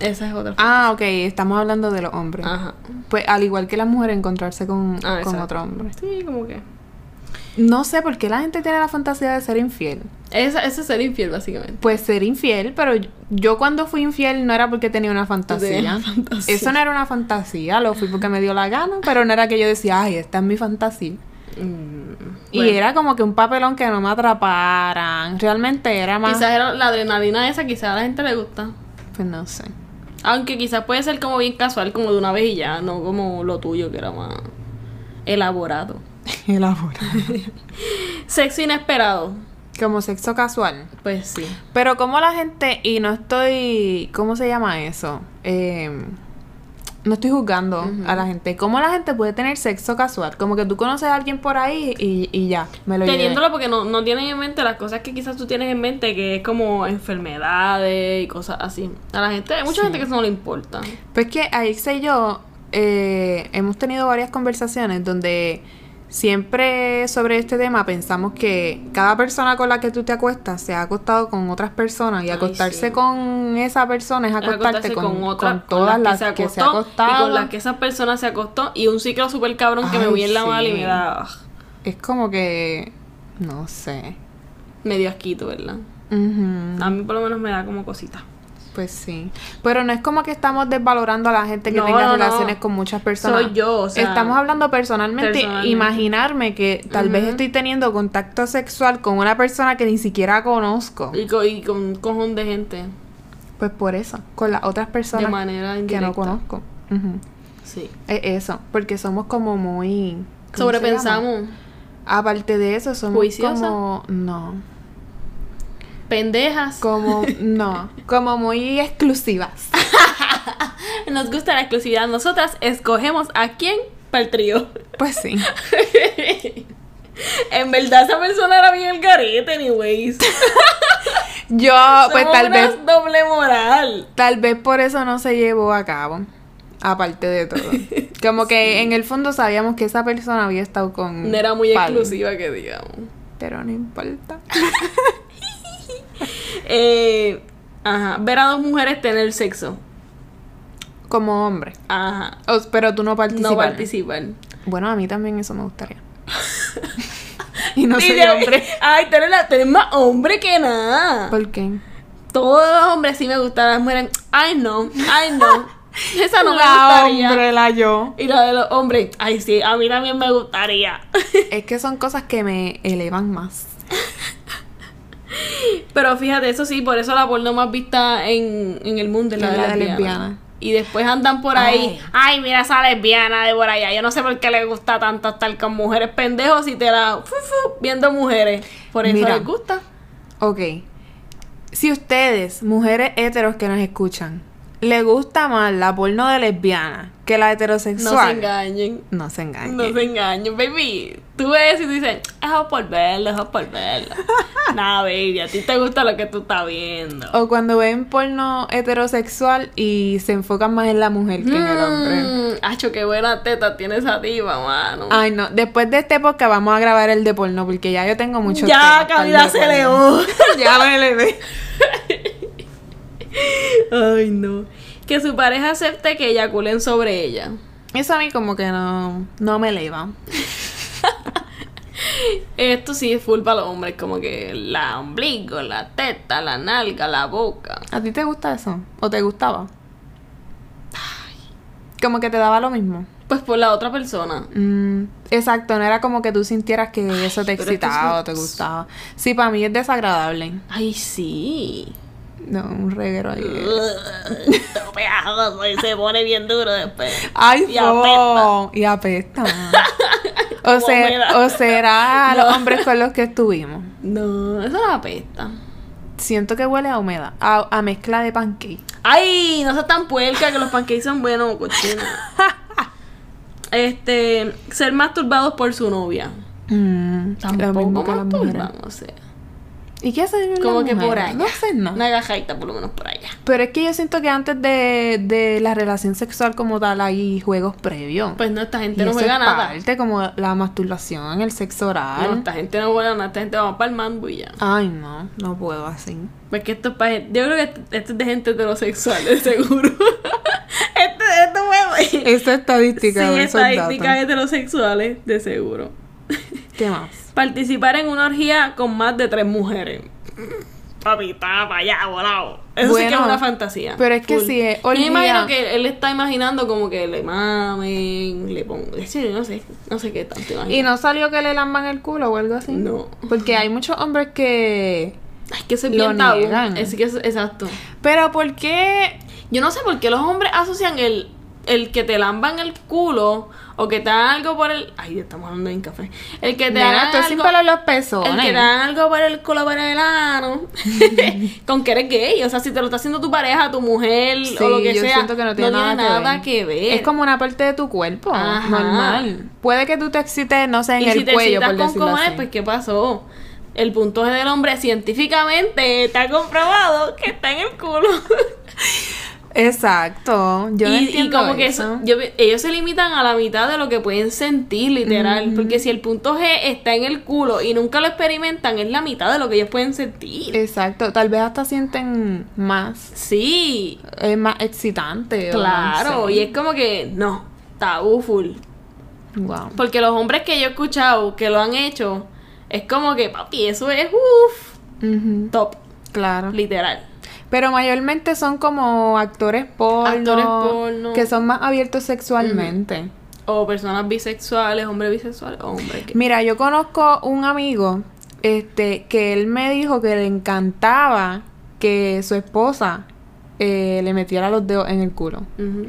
Speaker 3: Esa es otra.
Speaker 2: Ah, ok, estamos hablando de los hombres.
Speaker 3: Ajá.
Speaker 2: Pues al igual que la mujer encontrarse con,
Speaker 3: Ah,
Speaker 2: con
Speaker 3: exacto.
Speaker 2: otro hombre.
Speaker 3: Sí, como que.
Speaker 2: No sé por qué la gente tiene la fantasía de ser infiel.
Speaker 3: Esa, eso es ser infiel, básicamente.
Speaker 2: Pues ser infiel, pero yo cuando fui infiel no era porque tenía una fantasía.
Speaker 3: Tenía una fantasía.
Speaker 2: Eso no era una fantasía, lo fui porque me dio la gana, pero no era que yo decía, ay, esta es mi fantasía. Y
Speaker 3: Bueno.
Speaker 2: era como que un papelón que no me atraparan. Realmente era más...
Speaker 3: Quizás era la adrenalina esa, quizás a la gente le gusta.
Speaker 2: Pues no sé.
Speaker 3: Aunque quizás puede ser como bien casual, como de una vez y ya, no como lo tuyo, que era más elaborado.
Speaker 2: Elabora.
Speaker 3: Sexo inesperado.
Speaker 2: como sexo casual.
Speaker 3: Pues sí.
Speaker 2: Pero como la gente, y no estoy, ¿cómo se llama eso? Eh, no estoy juzgando a la gente. ¿Cómo la gente puede tener sexo casual? Como que tú conoces a alguien por ahí y, y ya, me lo llevé.
Speaker 3: Teniéndolo porque no, no tienen en mente las cosas que quizás tú tienes en mente, que es como enfermedades y cosas así. A la gente, hay mucha gente que eso no le importa.
Speaker 2: Pues que Aixa y yo eh, hemos tenido varias conversaciones donde siempre sobre este tema pensamos que cada persona con la que tú te acuestas se ha acostado con otras personas y acostarse
Speaker 3: sí.
Speaker 2: con esa persona es acostarte con,
Speaker 3: otras,
Speaker 2: con todas las que, se ha acostado.
Speaker 3: y con las que esa persona se acostó y un ciclo súper cabrón que me
Speaker 2: Ay,
Speaker 3: voy en la
Speaker 2: sí.
Speaker 3: mala y me da, ah,
Speaker 2: Es como que... no sé.
Speaker 3: me dio asquito, ¿verdad?
Speaker 2: Ujú.
Speaker 3: A mí por lo menos me da como cosita.
Speaker 2: Pues sí. Pero no es como que estamos desvalorando a la gente que
Speaker 3: No,
Speaker 2: tenga
Speaker 3: no, no.
Speaker 2: relaciones con muchas personas.
Speaker 3: Soy yo, o sea,
Speaker 2: Estamos hablando personalmente.
Speaker 3: personalmente.
Speaker 2: Imaginarme que tal vez
Speaker 3: Ujú.
Speaker 2: estoy teniendo contacto sexual con una persona que ni siquiera conozco.
Speaker 3: Y con, y con un cojón de gente.
Speaker 2: Pues por eso, con las otras personas
Speaker 3: De manera
Speaker 2: que no
Speaker 3: indirecta.
Speaker 2: conozco. Ujú.
Speaker 3: Sí.
Speaker 2: Es eso, porque somos como muy... ¿cómo se llama?
Speaker 3: Sobrepensamos.
Speaker 2: Aparte de eso, somos
Speaker 3: ¿Juiciosa?
Speaker 2: como... No.
Speaker 3: Pendejas.
Speaker 2: Como... No. Como muy exclusivas.
Speaker 3: Nos gusta la exclusividad. Nosotras escogemos a quién para el trío.
Speaker 2: Pues sí.
Speaker 3: En verdad, esa persona era bien el garete, anyways.
Speaker 2: Yo, pues
Speaker 3: Somos
Speaker 2: tal
Speaker 3: unas
Speaker 2: vez...
Speaker 3: doble moral.
Speaker 2: Tal vez por eso no se llevó a cabo, aparte de todo. Como que en el fondo sabíamos que esa persona había estado con...
Speaker 3: No era muy
Speaker 2: Pablo,
Speaker 3: exclusiva, que digamos.
Speaker 2: Pero no importa.
Speaker 3: Eh, ajá. Ver a dos mujeres tener sexo.
Speaker 2: Como hombre.
Speaker 3: Ajá.
Speaker 2: O- pero tú no participas.
Speaker 3: No participan.
Speaker 2: Bueno, a mí también eso me gustaría. y no soy
Speaker 3: Dice,
Speaker 2: hombre. Pues,
Speaker 3: Ay, tú eres, la- tú eres más hombre que nada.
Speaker 2: ¿Por qué?
Speaker 3: Todos los hombres sí me gustan las mujeres. Ay, no, ay, no. Esa no me
Speaker 2: la
Speaker 3: gustaría.
Speaker 2: hombre, la yo.
Speaker 3: Y la de los hombres, ay, sí, a mí también me gustaría.
Speaker 2: Es que son cosas que me elevan más.
Speaker 3: Pero fíjate, eso sí, por eso la porno más vista en, en el mundo es la, de, lesbiana.
Speaker 2: lesbiana.
Speaker 3: Y después andan por ahí, ay, mira esa lesbiana de por allá. Yo no sé por qué le gusta tanto estar con mujeres pendejos y te la fu, fu, viendo mujeres. Por eso
Speaker 2: Mira.
Speaker 3: les gusta.
Speaker 2: Ok. Si ustedes, mujeres héteros que nos escuchan, le gusta más la porno de lesbiana que la
Speaker 3: No se
Speaker 2: heterosexual.
Speaker 3: engañen.
Speaker 2: No se engañen.
Speaker 3: No se engañen, baby. Tú ves y tú dices, es por verlo, es por verlo. Nada, baby, a ti te gusta lo que tú estás viendo.
Speaker 2: O cuando ven porno heterosexual y se enfocan más en la mujer que en el hombre.
Speaker 3: Mm, Acho, qué buena teta tiene esa diva, mano.
Speaker 2: Ay, no. Después de este podcast vamos a grabar el de porno porque ya yo tengo mucho
Speaker 3: ya, Camila se leó.
Speaker 2: ya me le ve.
Speaker 3: Ay, no. Que su pareja acepte que eyaculen sobre ella.
Speaker 2: Eso a mí como que no, no me eleva.
Speaker 3: Esto sí es full para los hombres, como que la ombligo, la teta, la nalga, la boca.
Speaker 2: ¿A ti te gusta eso? ¿O te gustaba? Como que te daba lo mismo.
Speaker 3: Pues por la otra persona.
Speaker 2: Mm, exacto, no era como que tú sintieras que eso te
Speaker 3: pero es que
Speaker 2: excitaba
Speaker 3: eso-
Speaker 2: o te gustaba. Sí, para mí es desagradable.
Speaker 3: Ay, sí.
Speaker 2: No, un reguero ahí.
Speaker 3: Topeado, y se pone bien duro después.
Speaker 2: Ay,
Speaker 3: Y apesta.
Speaker 2: fo, y apesta. O,
Speaker 3: Como
Speaker 2: ser-
Speaker 3: humedad.
Speaker 2: o será
Speaker 3: No.
Speaker 2: los hombres con los que estuvimos.
Speaker 3: No, eso no apesta.
Speaker 2: Siento que huele a humedad, a, a mezcla de pancake.
Speaker 3: Ay, no seas tan puerca que los pancakes son buenos, cochina. Este, ser masturbados por su novia.
Speaker 2: Mm, lo mismo
Speaker 3: Tampoco
Speaker 2: que las mujeres.
Speaker 3: masturban, o sea.
Speaker 2: ¿Y qué hacen las
Speaker 3: Como que por
Speaker 2: mujeres?
Speaker 3: allá.
Speaker 2: No sé nada.
Speaker 3: Una gajaita, por lo menos por allá.
Speaker 2: Pero es que yo siento que antes de, de la relación sexual como tal hay juegos previos.
Speaker 3: Pues no, esta
Speaker 2: Y
Speaker 3: gente no
Speaker 2: eso
Speaker 3: juega
Speaker 2: es
Speaker 3: nada.
Speaker 2: parte como la masturbación, el sexo
Speaker 3: No,
Speaker 2: oral.
Speaker 3: esta gente no juega nada, esta gente va para el mambo y ya.
Speaker 2: Ay, no, no puedo así.
Speaker 3: Porque esto es para Yo creo que esto, esto es de gente heterosexual, de seguro. este, esto fue.
Speaker 2: Esa
Speaker 3: Sí,
Speaker 2: estadística, esos
Speaker 3: estadísticas
Speaker 2: datos.
Speaker 3: heterosexuales, de seguro.
Speaker 2: ¿Qué más?
Speaker 3: Participar en una orgía con más de tres mujeres. Papi, para allá, volado. Eso sí que es
Speaker 2: Bueno,
Speaker 3: una fantasía.
Speaker 2: pero es que
Speaker 3: Full.
Speaker 2: si es
Speaker 3: Yo me
Speaker 2: orgía-
Speaker 3: imagino que él está imaginando como que le mamen, le pongo. es decir, no sé, no sé qué tanto imagino.
Speaker 2: ¿Y no salió que le lamban el culo o algo así?
Speaker 3: No.
Speaker 2: Porque hay muchos hombres que...
Speaker 3: Ay, que eso es
Speaker 2: Lo
Speaker 3: bien tabú.
Speaker 2: niegan.
Speaker 3: Es que eso- exacto.
Speaker 2: Pero ¿por qué?
Speaker 3: Yo no sé por qué los hombres asocian el, el que te lamban el culo o que te dan algo por el. Ay, estamos hablando en café. El que te
Speaker 2: Nena,
Speaker 3: dan
Speaker 2: estoy sin
Speaker 3: algo.
Speaker 2: pelos en los
Speaker 3: El que
Speaker 2: pezones.
Speaker 3: te dan algo por el culo por el ano. con que eres gay. O sea, si te lo está haciendo tu pareja, tu mujer
Speaker 2: Sí,
Speaker 3: o lo que
Speaker 2: yo
Speaker 3: sea.
Speaker 2: siento que no tiene, nada,
Speaker 3: que ver.
Speaker 2: Es como una parte de tu cuerpo,
Speaker 3: Ajá.
Speaker 2: normal. Puede que tú te excites, no sé, en
Speaker 3: Y
Speaker 2: el
Speaker 3: si te
Speaker 2: cuello,
Speaker 3: excitas
Speaker 2: por
Speaker 3: con
Speaker 2: decirlo
Speaker 3: cojones,
Speaker 2: así.
Speaker 3: pues ¿qué pasó? El punto G del hombre científicamente está comprobado que está en el culo.
Speaker 2: Exacto. Yo no
Speaker 3: y, y
Speaker 2: entiendo
Speaker 3: como que
Speaker 2: eso.
Speaker 3: eso- yo- ellos se limitan a la mitad de lo que pueden sentir, literal. Porque si el punto G está en el culo y nunca lo experimentan, es la mitad de lo que ellos pueden sentir.
Speaker 2: Eh, Exacto. Tal vez hasta sienten más.
Speaker 3: sí,
Speaker 2: Es más excitante. o no
Speaker 3: claro.
Speaker 2: sé.
Speaker 3: Y es como que, no, tabú full.
Speaker 2: Wow.
Speaker 3: Porque los hombres que yo he escuchado que lo han hecho, es como que, papi, eso es uff,
Speaker 2: Ujú,
Speaker 3: top,
Speaker 2: Claro.
Speaker 3: literal.
Speaker 2: Pero mayormente son como actores porno.
Speaker 3: Actores porno.
Speaker 2: Que son más abiertos sexualmente.
Speaker 3: O personas bisexuales, hombres bisexuales, o hombres que.
Speaker 2: Mira, yo conozco un amigo este, que él me dijo que le encantaba que su esposa eh, le metiera los dedos en el culo.
Speaker 3: Ujú.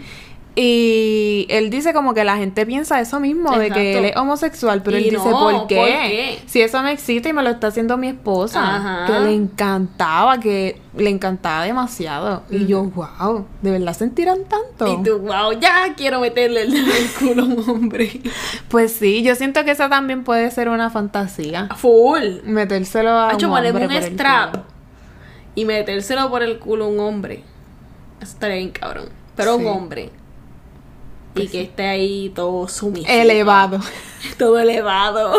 Speaker 2: Y él dice como que la gente piensa eso mismo, de que
Speaker 3: Exacto.
Speaker 2: él es homosexual, pero
Speaker 3: Y
Speaker 2: él dice,
Speaker 3: no,
Speaker 2: ¿por qué?
Speaker 3: ¿por qué?
Speaker 2: Si eso me excita y me lo está haciendo mi esposa,
Speaker 3: Ajá.
Speaker 2: que le encantaba, que le encantaba demasiado. Y yo, wow, ¿de verdad sentirán tanto?
Speaker 3: Mm. Y tú, wow, ya quiero meterle el dedo en el culo a un hombre.
Speaker 2: Pues sí, yo siento que esa también puede ser una fantasía.
Speaker 3: Full.
Speaker 2: Metérselo a
Speaker 3: Hacho,
Speaker 2: un hombre
Speaker 3: ponerme un
Speaker 2: por el
Speaker 3: strap
Speaker 2: culo.
Speaker 3: y metérselo por el culo a un hombre. Eso estaría bien cabrón. Pero
Speaker 2: Sí.
Speaker 3: un hombre. y que esté ahí todo sumiso.
Speaker 2: Elevado.
Speaker 3: Todo elevado.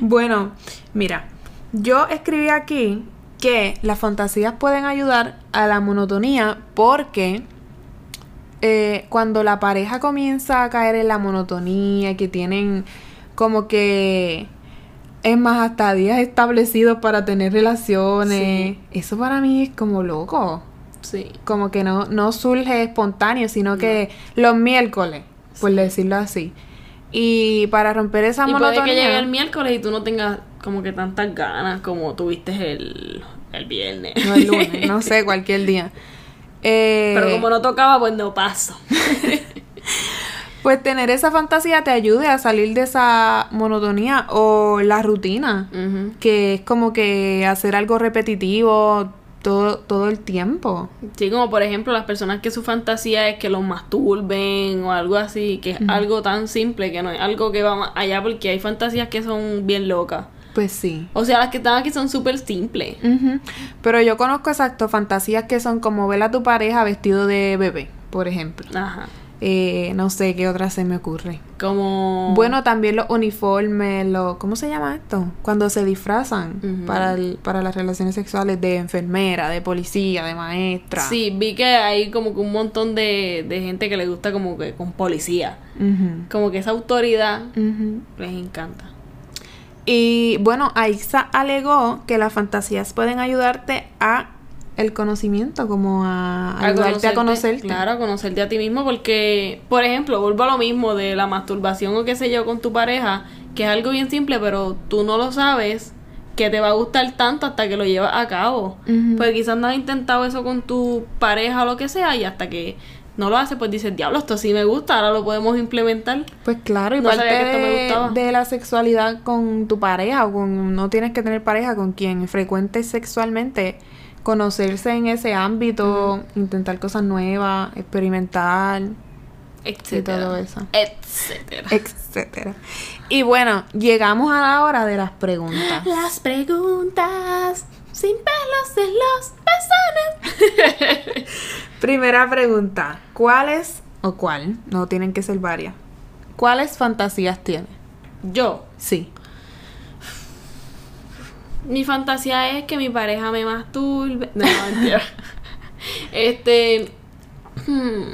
Speaker 2: Bueno, mira, yo escribí aquí que las fantasías pueden ayudar a la monotonía porque eh, cuando la pareja comienza a caer en la monotonía, que tienen como que es más hasta días establecidos para tener relaciones, eso para mí es como loco,
Speaker 3: sí.
Speaker 2: como que no, no surge espontáneo, sino que los miércoles, por decirlo así. Y para romper esa
Speaker 3: Y
Speaker 2: monotonía...
Speaker 3: puede que llegue el miércoles y tú no tengas como que tantas ganas como tuviste el, el viernes.
Speaker 2: No el lunes, no sé, cualquier día. Eh,
Speaker 3: Pero como no tocaba, pues no paso.
Speaker 2: Pues tener esa fantasía te ayude a salir de esa monotonía o la rutina, que es como que hacer algo repetitivo todo, todo el tiempo.
Speaker 3: Sí, como por ejemplo las personas que su fantasía es que los masturben o algo así, que es algo tan simple, que no es algo que va más allá porque hay fantasías que son bien locas.
Speaker 2: Pues sí.
Speaker 3: O sea, las que están aquí son súper simples.
Speaker 2: Ujú. Pero yo conozco exacto fantasías que son como ver a tu pareja vestido de bebé, por ejemplo.
Speaker 3: Ajá.
Speaker 2: Eh, no sé qué otra se me ocurre.
Speaker 3: Como...
Speaker 2: Bueno, también los uniformes, los... ¿Cómo se llama esto? Cuando se disfrazan
Speaker 3: Ujú.
Speaker 2: para, el- para las relaciones sexuales de enfermera, de policía, de maestra.
Speaker 3: Sí, vi que hay como que un montón de, de gente que le gusta como que con policía.
Speaker 2: Ujú.
Speaker 3: Como que esa autoridad
Speaker 2: Ujú.
Speaker 3: les encanta.
Speaker 2: Y bueno, Aixa alegó que las fantasías pueden ayudarte a el conocimiento, como a, ayudarte a conocerte.
Speaker 3: Claro, a conocerte a ti mismo porque, por ejemplo, vuelvo a lo mismo de la masturbación o qué sé yo con tu pareja, que es algo bien simple, pero tú no lo sabes que te va a gustar tanto hasta que lo llevas a cabo.
Speaker 2: Ujú.
Speaker 3: Porque quizás no has intentado eso con tu pareja o lo que sea y hasta que no lo haces, pues dices, diablo, esto sí me gusta, ahora lo podemos implementar.
Speaker 2: Pues claro, y
Speaker 3: No
Speaker 2: parte
Speaker 3: sabía que esto me
Speaker 2: de,
Speaker 3: gustaba.
Speaker 2: de la sexualidad con tu pareja o con no tienes que tener pareja con quien frecuentes sexualmente, conocerse en ese ámbito, intentar cosas nuevas, experimentar,
Speaker 3: Etcétera.
Speaker 2: todo eso.
Speaker 3: Etcétera.
Speaker 2: etcétera. Y bueno, llegamos a la hora de las preguntas.
Speaker 3: Las preguntas sin pelos en los pezones.
Speaker 2: Primera pregunta, ¿cuáles o cuál? No tienen que ser varias. ¿Cuáles fantasías tienes?
Speaker 3: Yo,
Speaker 2: Sí.
Speaker 3: mi fantasía es que mi pareja me masturbe. No, mentira. este. hmm,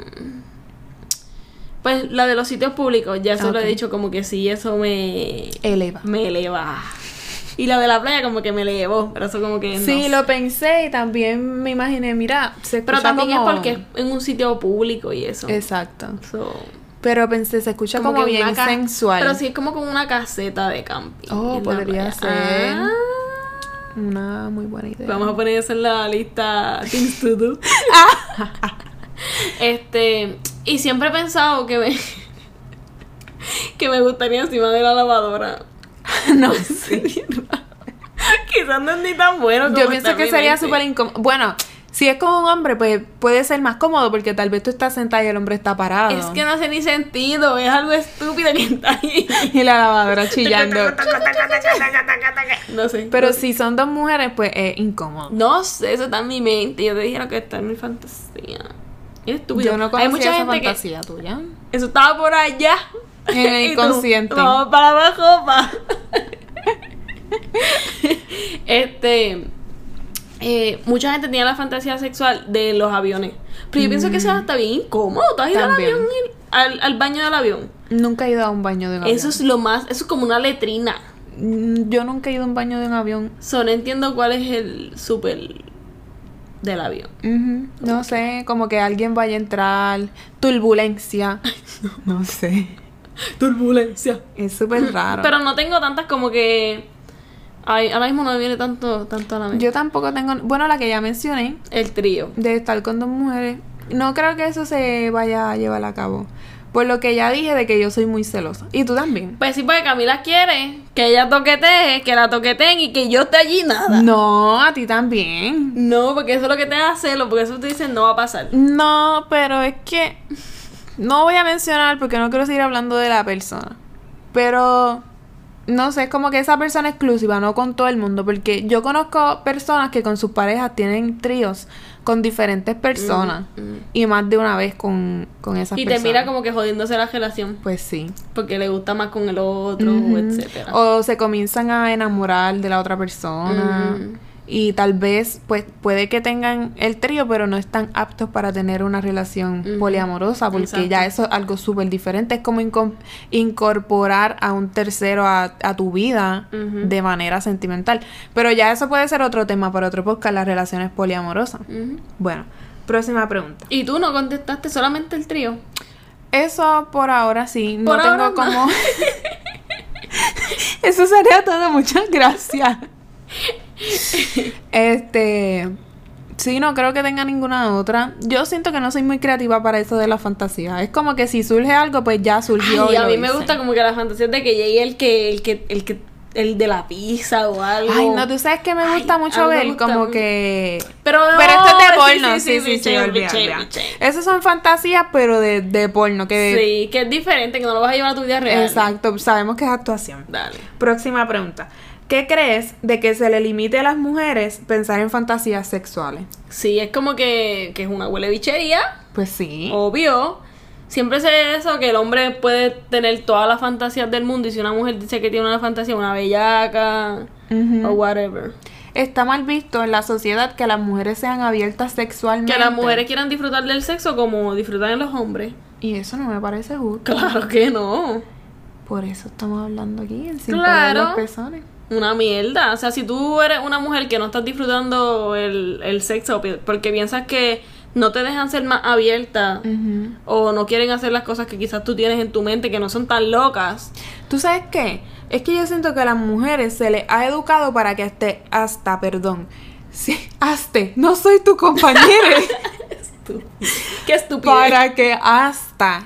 Speaker 3: Pues la de los sitios públicos, ya se lo
Speaker 2: Ok.
Speaker 3: he dicho, como que sí, eso me.
Speaker 2: Eleva.
Speaker 3: Me eleva. Y la de la playa, como que me elevó. Pero eso, como que.
Speaker 2: Sí,
Speaker 3: no
Speaker 2: lo pensé y también me imaginé, mira, se
Speaker 3: Pero
Speaker 2: escucha
Speaker 3: también
Speaker 2: como-
Speaker 3: es porque es en un sitio público y eso.
Speaker 2: Exacto.
Speaker 3: So,
Speaker 2: Pero pensé, se escucha como,
Speaker 3: que
Speaker 2: bien
Speaker 3: una ca-
Speaker 2: sensual.
Speaker 3: Pero sí es como con una caseta de camping.
Speaker 2: Oh,
Speaker 3: en la
Speaker 2: podría
Speaker 3: playa.
Speaker 2: ser.
Speaker 3: Ah.
Speaker 2: Una muy buena idea.
Speaker 3: vamos a poner eso en la lista things to do. este, y siempre he pensado que me que me gustaría encima de la lavadora.
Speaker 2: no sé.
Speaker 3: Quizás no es ni tan bueno como
Speaker 2: Yo
Speaker 3: está
Speaker 2: pienso
Speaker 3: en
Speaker 2: que
Speaker 3: mi
Speaker 2: sería
Speaker 3: mente.
Speaker 2: súper incómodo. Bueno, si es como un hombre, pues puede ser más cómodo porque tal vez tú estás sentada y el hombre está parado.
Speaker 3: Es que no hace ni sentido, es algo estúpido que está ahí.
Speaker 2: Y la lavadora chillando.
Speaker 3: No sé.
Speaker 2: Pero si son dos mujeres, pues es incómodo.
Speaker 3: No sé, eso está en mi mente. Yo te dije lo que está en mi fantasía. Es estúpido.
Speaker 2: Yo no
Speaker 3: Hay
Speaker 2: conocía
Speaker 3: mucha
Speaker 2: esa
Speaker 3: gente que
Speaker 2: fantasía tuya.
Speaker 3: Eso estaba por allá.
Speaker 2: En el
Speaker 3: Y tú,
Speaker 2: inconsciente.
Speaker 3: Vamos para abajo, pa. este. eh, mucha gente tiene la fantasía sexual de los aviones. Pero yo pienso que eso está bien incómodo. Tú has ido al
Speaker 2: Mm. También.
Speaker 3: avión, y- al, al baño del avión.
Speaker 2: Nunca he ido a un baño de un avión.
Speaker 3: Eso es lo más. Eso es como una letrina.
Speaker 2: Mm, Yo nunca he ido a un baño de un avión.
Speaker 3: So, no entiendo cuál es el super del avión.
Speaker 2: Ujú, No sé, como que alguien vaya a entrar, turbulencia. No sé.
Speaker 3: Turbulencia.
Speaker 2: Es súper raro.
Speaker 3: Pero no tengo tantas como que. Ay, ahora mismo no me viene tanto, tanto a la mente.
Speaker 2: Yo tampoco tengo. Bueno, la que ya mencioné,
Speaker 3: El trío.
Speaker 2: de estar con dos mujeres, no creo que eso se vaya a llevar a cabo. Por lo que ya dije de que yo soy muy celosa. Y tú también.
Speaker 3: Pues sí, porque Camila quiere que ella toquetee, que la toqueteen y que yo esté allí nada.
Speaker 2: No, a ti también.
Speaker 3: No, porque eso es lo que te hace celo, porque eso te dicen no va a pasar.
Speaker 2: No, pero es que. No voy a mencionar porque no quiero seguir hablando de la persona. Pero. No sé, es como que esa persona exclusiva, no con todo el mundo. Porque yo conozco personas que con sus parejas tienen tríos con diferentes personas. Y más de una vez con, con esas
Speaker 3: Mm, Y te
Speaker 2: personas.
Speaker 3: mira como que jodiéndose la relación,
Speaker 2: Pues sí.
Speaker 3: porque le gusta más con el otro,
Speaker 2: Ujú. Oh.
Speaker 3: etcétera.
Speaker 2: O se comienzan a enamorar de la otra persona.
Speaker 3: Ujú.
Speaker 2: Y tal vez, pues, puede que tengan el trío, pero no están aptos para tener una relación
Speaker 3: Ujú.
Speaker 2: poliamorosa, porque
Speaker 3: Exacto.
Speaker 2: ya eso es algo súper diferente. Es como inco- incorporar a un tercero a, a tu vida
Speaker 3: Ujú.
Speaker 2: de manera sentimental. Pero ya eso puede ser otro tema para otro podcast, las relaciones poliamorosas.
Speaker 3: Ujú.
Speaker 2: Bueno, próxima pregunta.
Speaker 3: Y tú no contestaste solamente el trío.
Speaker 2: Eso por ahora sí. No
Speaker 3: Por
Speaker 2: tengo
Speaker 3: ahora no.
Speaker 2: como. Eso sería todo. Muchas gracias. Este. Sí, no creo que tenga ninguna otra. Yo siento que no soy muy creativa para eso de la fantasía. Es como que si surge algo, pues ya surgió.
Speaker 3: Ay,
Speaker 2: y
Speaker 3: a
Speaker 2: lo
Speaker 3: mí me
Speaker 2: hice.
Speaker 3: gusta como que la fantasía de que llegue el que, el que, el que, el de la pizza o algo.
Speaker 2: Ay, no, tú sabes que me gusta
Speaker 3: Ay, a
Speaker 2: mucho
Speaker 3: mí me
Speaker 2: ver
Speaker 3: gusta
Speaker 2: como
Speaker 3: mucho.
Speaker 2: que...
Speaker 3: Pero no,
Speaker 2: pero esto es de
Speaker 3: sí,
Speaker 2: porno,
Speaker 3: sí,
Speaker 2: sí,
Speaker 3: sí,
Speaker 2: sí,
Speaker 3: biche,
Speaker 2: olvida,
Speaker 3: biche,
Speaker 2: olvida.
Speaker 3: biche.
Speaker 2: Esas son fantasías, pero de, de porno, que...
Speaker 3: Sí, que es diferente, que no lo vas a llevar a tu vida real.
Speaker 2: Exacto, sabemos que es actuación.
Speaker 3: Dale.
Speaker 2: Próxima pregunta. ¿Qué crees de que se le limite a las mujeres pensar en fantasías sexuales?
Speaker 3: Sí, es como que, que es una huele bichería,
Speaker 2: Pues sí.
Speaker 3: obvio. Siempre se ve eso, que el hombre puede tener todas las fantasías del mundo y si una mujer dice que tiene una fantasía, una bellaca
Speaker 2: Ujú.
Speaker 3: o whatever.
Speaker 2: Está mal visto en la sociedad que las mujeres sean abiertas sexualmente.
Speaker 3: Que las mujeres quieran disfrutar del sexo como disfrutan de los hombres.
Speaker 2: Y eso no me parece justo.
Speaker 3: Claro que no.
Speaker 2: Por eso estamos hablando aquí, en
Speaker 3: Claro.
Speaker 2: claro. los pezones.
Speaker 3: Una mierda. O sea, si tú eres una mujer que no estás disfrutando el, el sexo pi- porque piensas que no te dejan ser más abierta
Speaker 2: Ujú.
Speaker 3: o no quieren hacer las cosas que quizás tú tienes en tu mente que no son tan locas.
Speaker 2: ¿Tú sabes qué? Es que yo siento que a las mujeres se les ha educado para que esté hasta, perdón. Sí, hazte, no soy tu compañera.
Speaker 3: Qué estúpido.
Speaker 2: para que hasta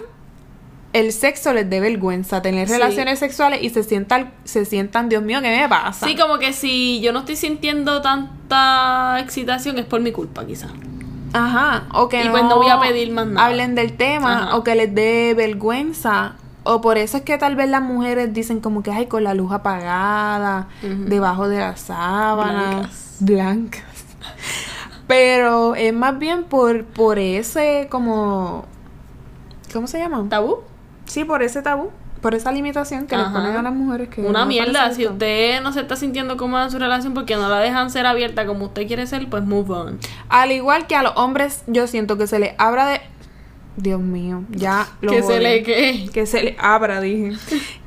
Speaker 2: el sexo les dé vergüenza tener
Speaker 3: Sí.
Speaker 2: relaciones sexuales y se sientan, se sientan, Dios mío, ¿qué me pasa?
Speaker 3: Sí, como que si yo no estoy sintiendo tanta excitación es por mi culpa quizás.
Speaker 2: Ajá, o que
Speaker 3: Y pues no voy a pedir más nada.
Speaker 2: Hablen del tema
Speaker 3: Ajá.
Speaker 2: o que les dé vergüenza. O por eso es que tal vez las mujeres dicen como que ay con la luz apagada,
Speaker 3: Ujú.
Speaker 2: debajo de la sábana,
Speaker 3: Blancas.
Speaker 2: blancas. Pero es más bien por por ese como ¿cómo se llama?
Speaker 3: ¿Tabú?
Speaker 2: Sí, por ese tabú, por esa limitación que les
Speaker 3: Ajá.
Speaker 2: ponen a las mujeres que
Speaker 3: Una
Speaker 2: no me
Speaker 3: mierda.
Speaker 2: parece
Speaker 3: Si
Speaker 2: justo.
Speaker 3: usted no se está sintiendo cómoda en su relación porque no la dejan ser abierta como usted quiere ser, pues move on.
Speaker 2: Al igual que a los hombres, yo siento que se les abra de Dios mío, ya lo
Speaker 3: que se
Speaker 2: jodí.
Speaker 3: le que
Speaker 2: que se les abra, dije,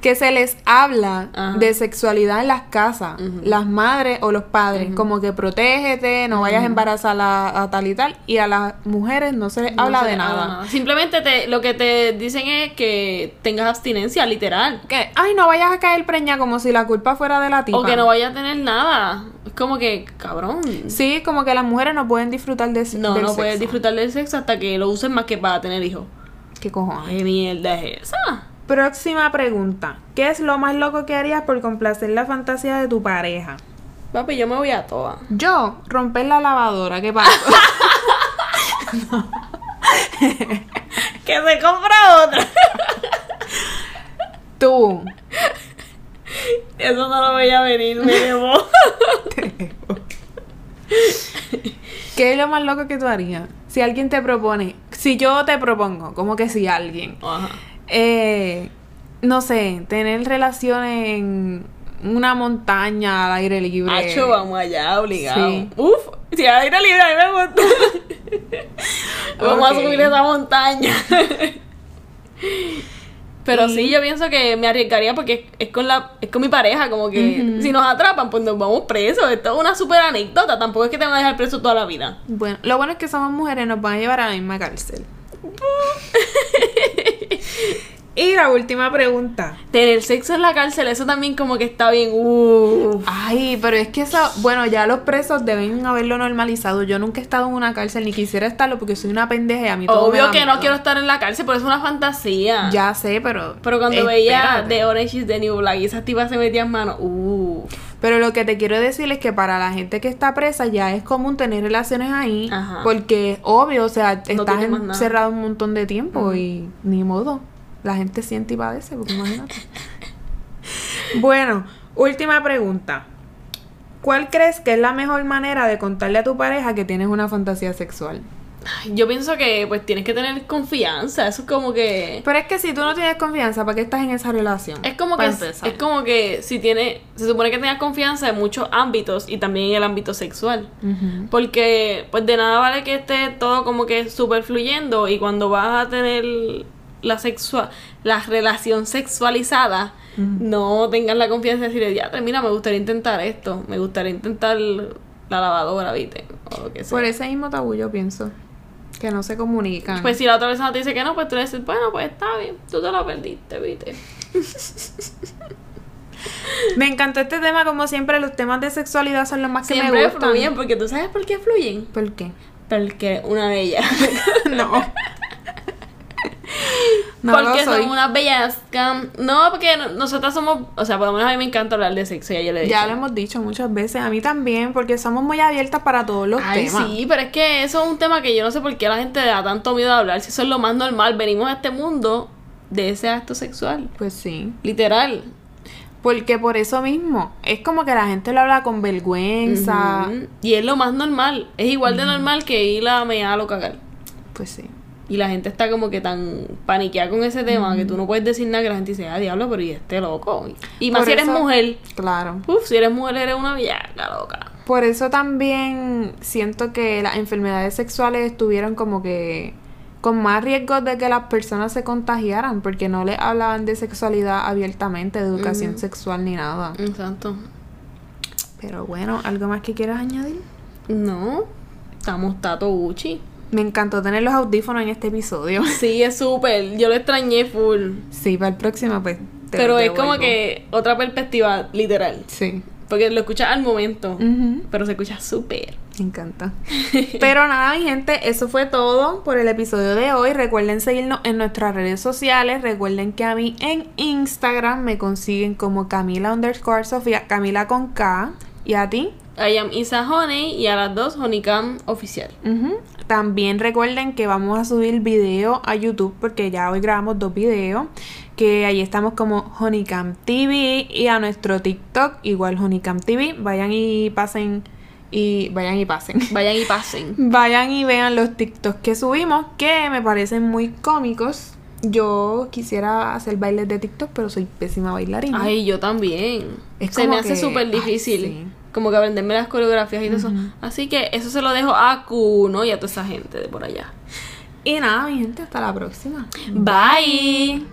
Speaker 2: que se les habla
Speaker 3: Ajá.
Speaker 2: de sexualidad en las casas,
Speaker 3: Ujú.
Speaker 2: las madres o los padres,
Speaker 3: Ujú.
Speaker 2: como que protégete, no vayas a embarazar a, a tal y tal, y a las mujeres no se les
Speaker 3: No
Speaker 2: habla
Speaker 3: se
Speaker 2: de
Speaker 3: le habla
Speaker 2: nada.
Speaker 3: Simplemente te, lo que te dicen es que tengas abstinencia, literal.
Speaker 2: Que, ay, no vayas a caer preña como si la culpa fuera de la tipa.
Speaker 3: O que no vayas a tener nada. Es como que, cabrón.
Speaker 2: Sí, como que las mujeres no pueden disfrutar de
Speaker 3: No, no
Speaker 2: del
Speaker 3: puedes
Speaker 2: sexo.
Speaker 3: disfrutar del sexo hasta que lo uses más que para tener hijos.
Speaker 2: ¿Qué cojones?
Speaker 3: ¿Qué mierda es esa?
Speaker 2: Próxima pregunta. ¿Qué es lo más loco que harías por complacer la fantasía de tu pareja?
Speaker 3: Papi, yo me voy a toa.
Speaker 2: Yo, romper la lavadora, ¿qué pasa?
Speaker 3: Que se compra otra.
Speaker 2: Tú,
Speaker 3: Eso no lo veía venir, me llevó.
Speaker 2: ¿Qué es lo más loco que tú harías? Si alguien te propone, si yo te propongo, como que si alguien,
Speaker 3: Ajá.
Speaker 2: eh, no sé, tener relaciones en una montaña al aire libre.
Speaker 3: Hacho, vamos allá, obligado.
Speaker 2: Sí.
Speaker 3: Uf, si hay aire libre, a mí me gusta. vamos a
Speaker 2: Ok.
Speaker 3: subir esa montaña. Pero sí, yo pienso que me arriesgaría porque es es con la es con mi pareja, como que
Speaker 2: Ujú.
Speaker 3: si nos atrapan, pues nos vamos presos. Esto es una super anécdota, tampoco es que te van a dejar preso toda la vida.
Speaker 2: Bueno, lo bueno es que somos mujeres, nos van a llevar a la misma cárcel. y la última pregunta.
Speaker 3: Tener sexo en la cárcel, eso también como que está bien. Uf.
Speaker 2: Ay, pero es que eso, bueno, ya los presos deben haberlo normalizado. Yo nunca he estado en una cárcel ni quisiera estarlo porque soy una pendeja y a mí todo me
Speaker 3: Obvio
Speaker 2: da
Speaker 3: que no
Speaker 2: miedo.
Speaker 3: quiero estar en la cárcel, pero es una fantasía.
Speaker 2: Ya sé, pero.
Speaker 3: Pero cuando veía
Speaker 2: espérate.
Speaker 3: The Orange is the New Black y esas tipas se metían mano, uh.
Speaker 2: Pero lo que te quiero decir es que para la gente que está presa ya es común tener relaciones ahí.
Speaker 3: Ajá.
Speaker 2: Porque es obvio, o sea, estás
Speaker 3: tiene más nada.
Speaker 2: encerrado un montón de tiempo
Speaker 3: Ujú.
Speaker 2: y ni modo. La gente siente y padece, porque imagínate. bueno, última pregunta. ¿Cuál crees que es la mejor manera de contarle a tu pareja que tienes una fantasía sexual?
Speaker 3: Yo pienso que pues tienes que tener confianza, eso es como que
Speaker 2: Pero es que si tú no tienes confianza, ¿para qué estás en esa relación?
Speaker 3: es como que
Speaker 2: Para
Speaker 3: es
Speaker 2: empezar.
Speaker 3: como que si tiene se supone que tengas confianza en muchos ámbitos y también en el ámbito sexual.
Speaker 2: Ujú.
Speaker 3: Porque pues de nada vale que esté todo como que super fluyendo y cuando vas a tener la sexua la relación sexualizada
Speaker 2: Ujú.
Speaker 3: no tengas la confianza de decirle, ya, mira, me gustaría intentar esto, me gustaría intentar la lavadora, viste, o lo que sea.
Speaker 2: Por ese mismo tabú yo pienso. Que no se comunican.
Speaker 3: Pues si la otra persona te dice que no, pues tú le dices, bueno, pues está bien, tú te lo perdiste, viste.
Speaker 2: Me encantó este tema, como siempre, los temas de sexualidad son los más que me
Speaker 3: Siempre
Speaker 2: gustan.
Speaker 3: fluyen, porque tú sabes por qué fluyen.
Speaker 2: ¿Por qué?
Speaker 3: Porque una de ellas.
Speaker 2: no. No lo
Speaker 3: porque
Speaker 2: soy.
Speaker 3: son unas bellas cam- No, porque no- nosotras somos. O sea, por lo menos a mí me encanta hablar de sexo, ya yo le he dicho.
Speaker 2: Ya lo hemos dicho muchas veces, a mí también, porque somos muy abiertas para todos los
Speaker 3: Ay,
Speaker 2: temas.
Speaker 3: sí, pero es que eso es un tema que yo no sé por qué la gente le da tanto miedo a hablar. Si eso es lo más normal, venimos a este mundo de ese acto sexual.
Speaker 2: Pues sí.
Speaker 3: Literal.
Speaker 2: Porque por eso mismo, es como que la gente lo habla con vergüenza.
Speaker 3: Ujú. Y es lo más normal. Es igual de normal que ir a mear o cagar.
Speaker 2: Pues sí.
Speaker 3: Y la gente está como que tan paniqueada con ese tema que tú no puedes decir nada que la gente dice, ah, diablo, pero y este loco. Y más
Speaker 2: Por
Speaker 3: si eres
Speaker 2: eso-
Speaker 3: mujer.
Speaker 2: Claro.
Speaker 3: Uf, si eres mujer eres una bellaca loca.
Speaker 2: Por eso también siento que las enfermedades sexuales estuvieron como que con más riesgo de que las personas se contagiaran, porque no les hablaban de sexualidad abiertamente, de educación
Speaker 3: Ujú.
Speaker 2: sexual ni nada.
Speaker 3: Exacto.
Speaker 2: Mm. Pero bueno, ¿algo más que quieras añadir?
Speaker 3: No, estamos tato Gucci.
Speaker 2: Me encantó tener los audífonos en este episodio.
Speaker 3: Sí, es súper. Yo lo extrañé full.
Speaker 2: Sí, para el próximo, pues. te
Speaker 3: pero
Speaker 2: los
Speaker 3: es como
Speaker 2: devuelvo.
Speaker 3: que otra perspectiva, literal.
Speaker 2: Sí.
Speaker 3: Porque lo escuchas al momento,
Speaker 2: Ujú.
Speaker 3: pero se escucha súper.
Speaker 2: Me encanta. Pero nada, mi gente, eso fue todo por el episodio de hoy. Recuerden seguirnos en nuestras redes sociales. Recuerden que a mí en Instagram me consiguen como Camila underscore Sofía, Camila con K. ¿Y a ti?
Speaker 3: I am Isa Honey y a las dos Honeycam oficial.
Speaker 2: Ujú. También recuerden que vamos a subir video a YouTube porque ya hoy grabamos dos videos. Que ahí estamos como Honeycam TV y a nuestro TikTok, igual Honeycam TV. Vayan y pasen y vayan y pasen.
Speaker 3: Vayan y pasen.
Speaker 2: Vayan y vean los TikToks que subimos, que me parecen muy cómicos. Yo quisiera hacer bailes de TikTok, pero soy pésima bailarina.
Speaker 3: Ay, yo también.
Speaker 2: Es
Speaker 3: se me
Speaker 2: como
Speaker 3: hace
Speaker 2: que-
Speaker 3: súper
Speaker 2: ay,
Speaker 3: difícil.
Speaker 2: sí.
Speaker 3: Como que aprenderme las coreografías y todo
Speaker 2: Ujú.
Speaker 3: eso. Así que eso se lo dejo a Kuno y a toda esa gente de por allá.
Speaker 2: Y nada, mi gente, hasta la próxima.
Speaker 3: Bye.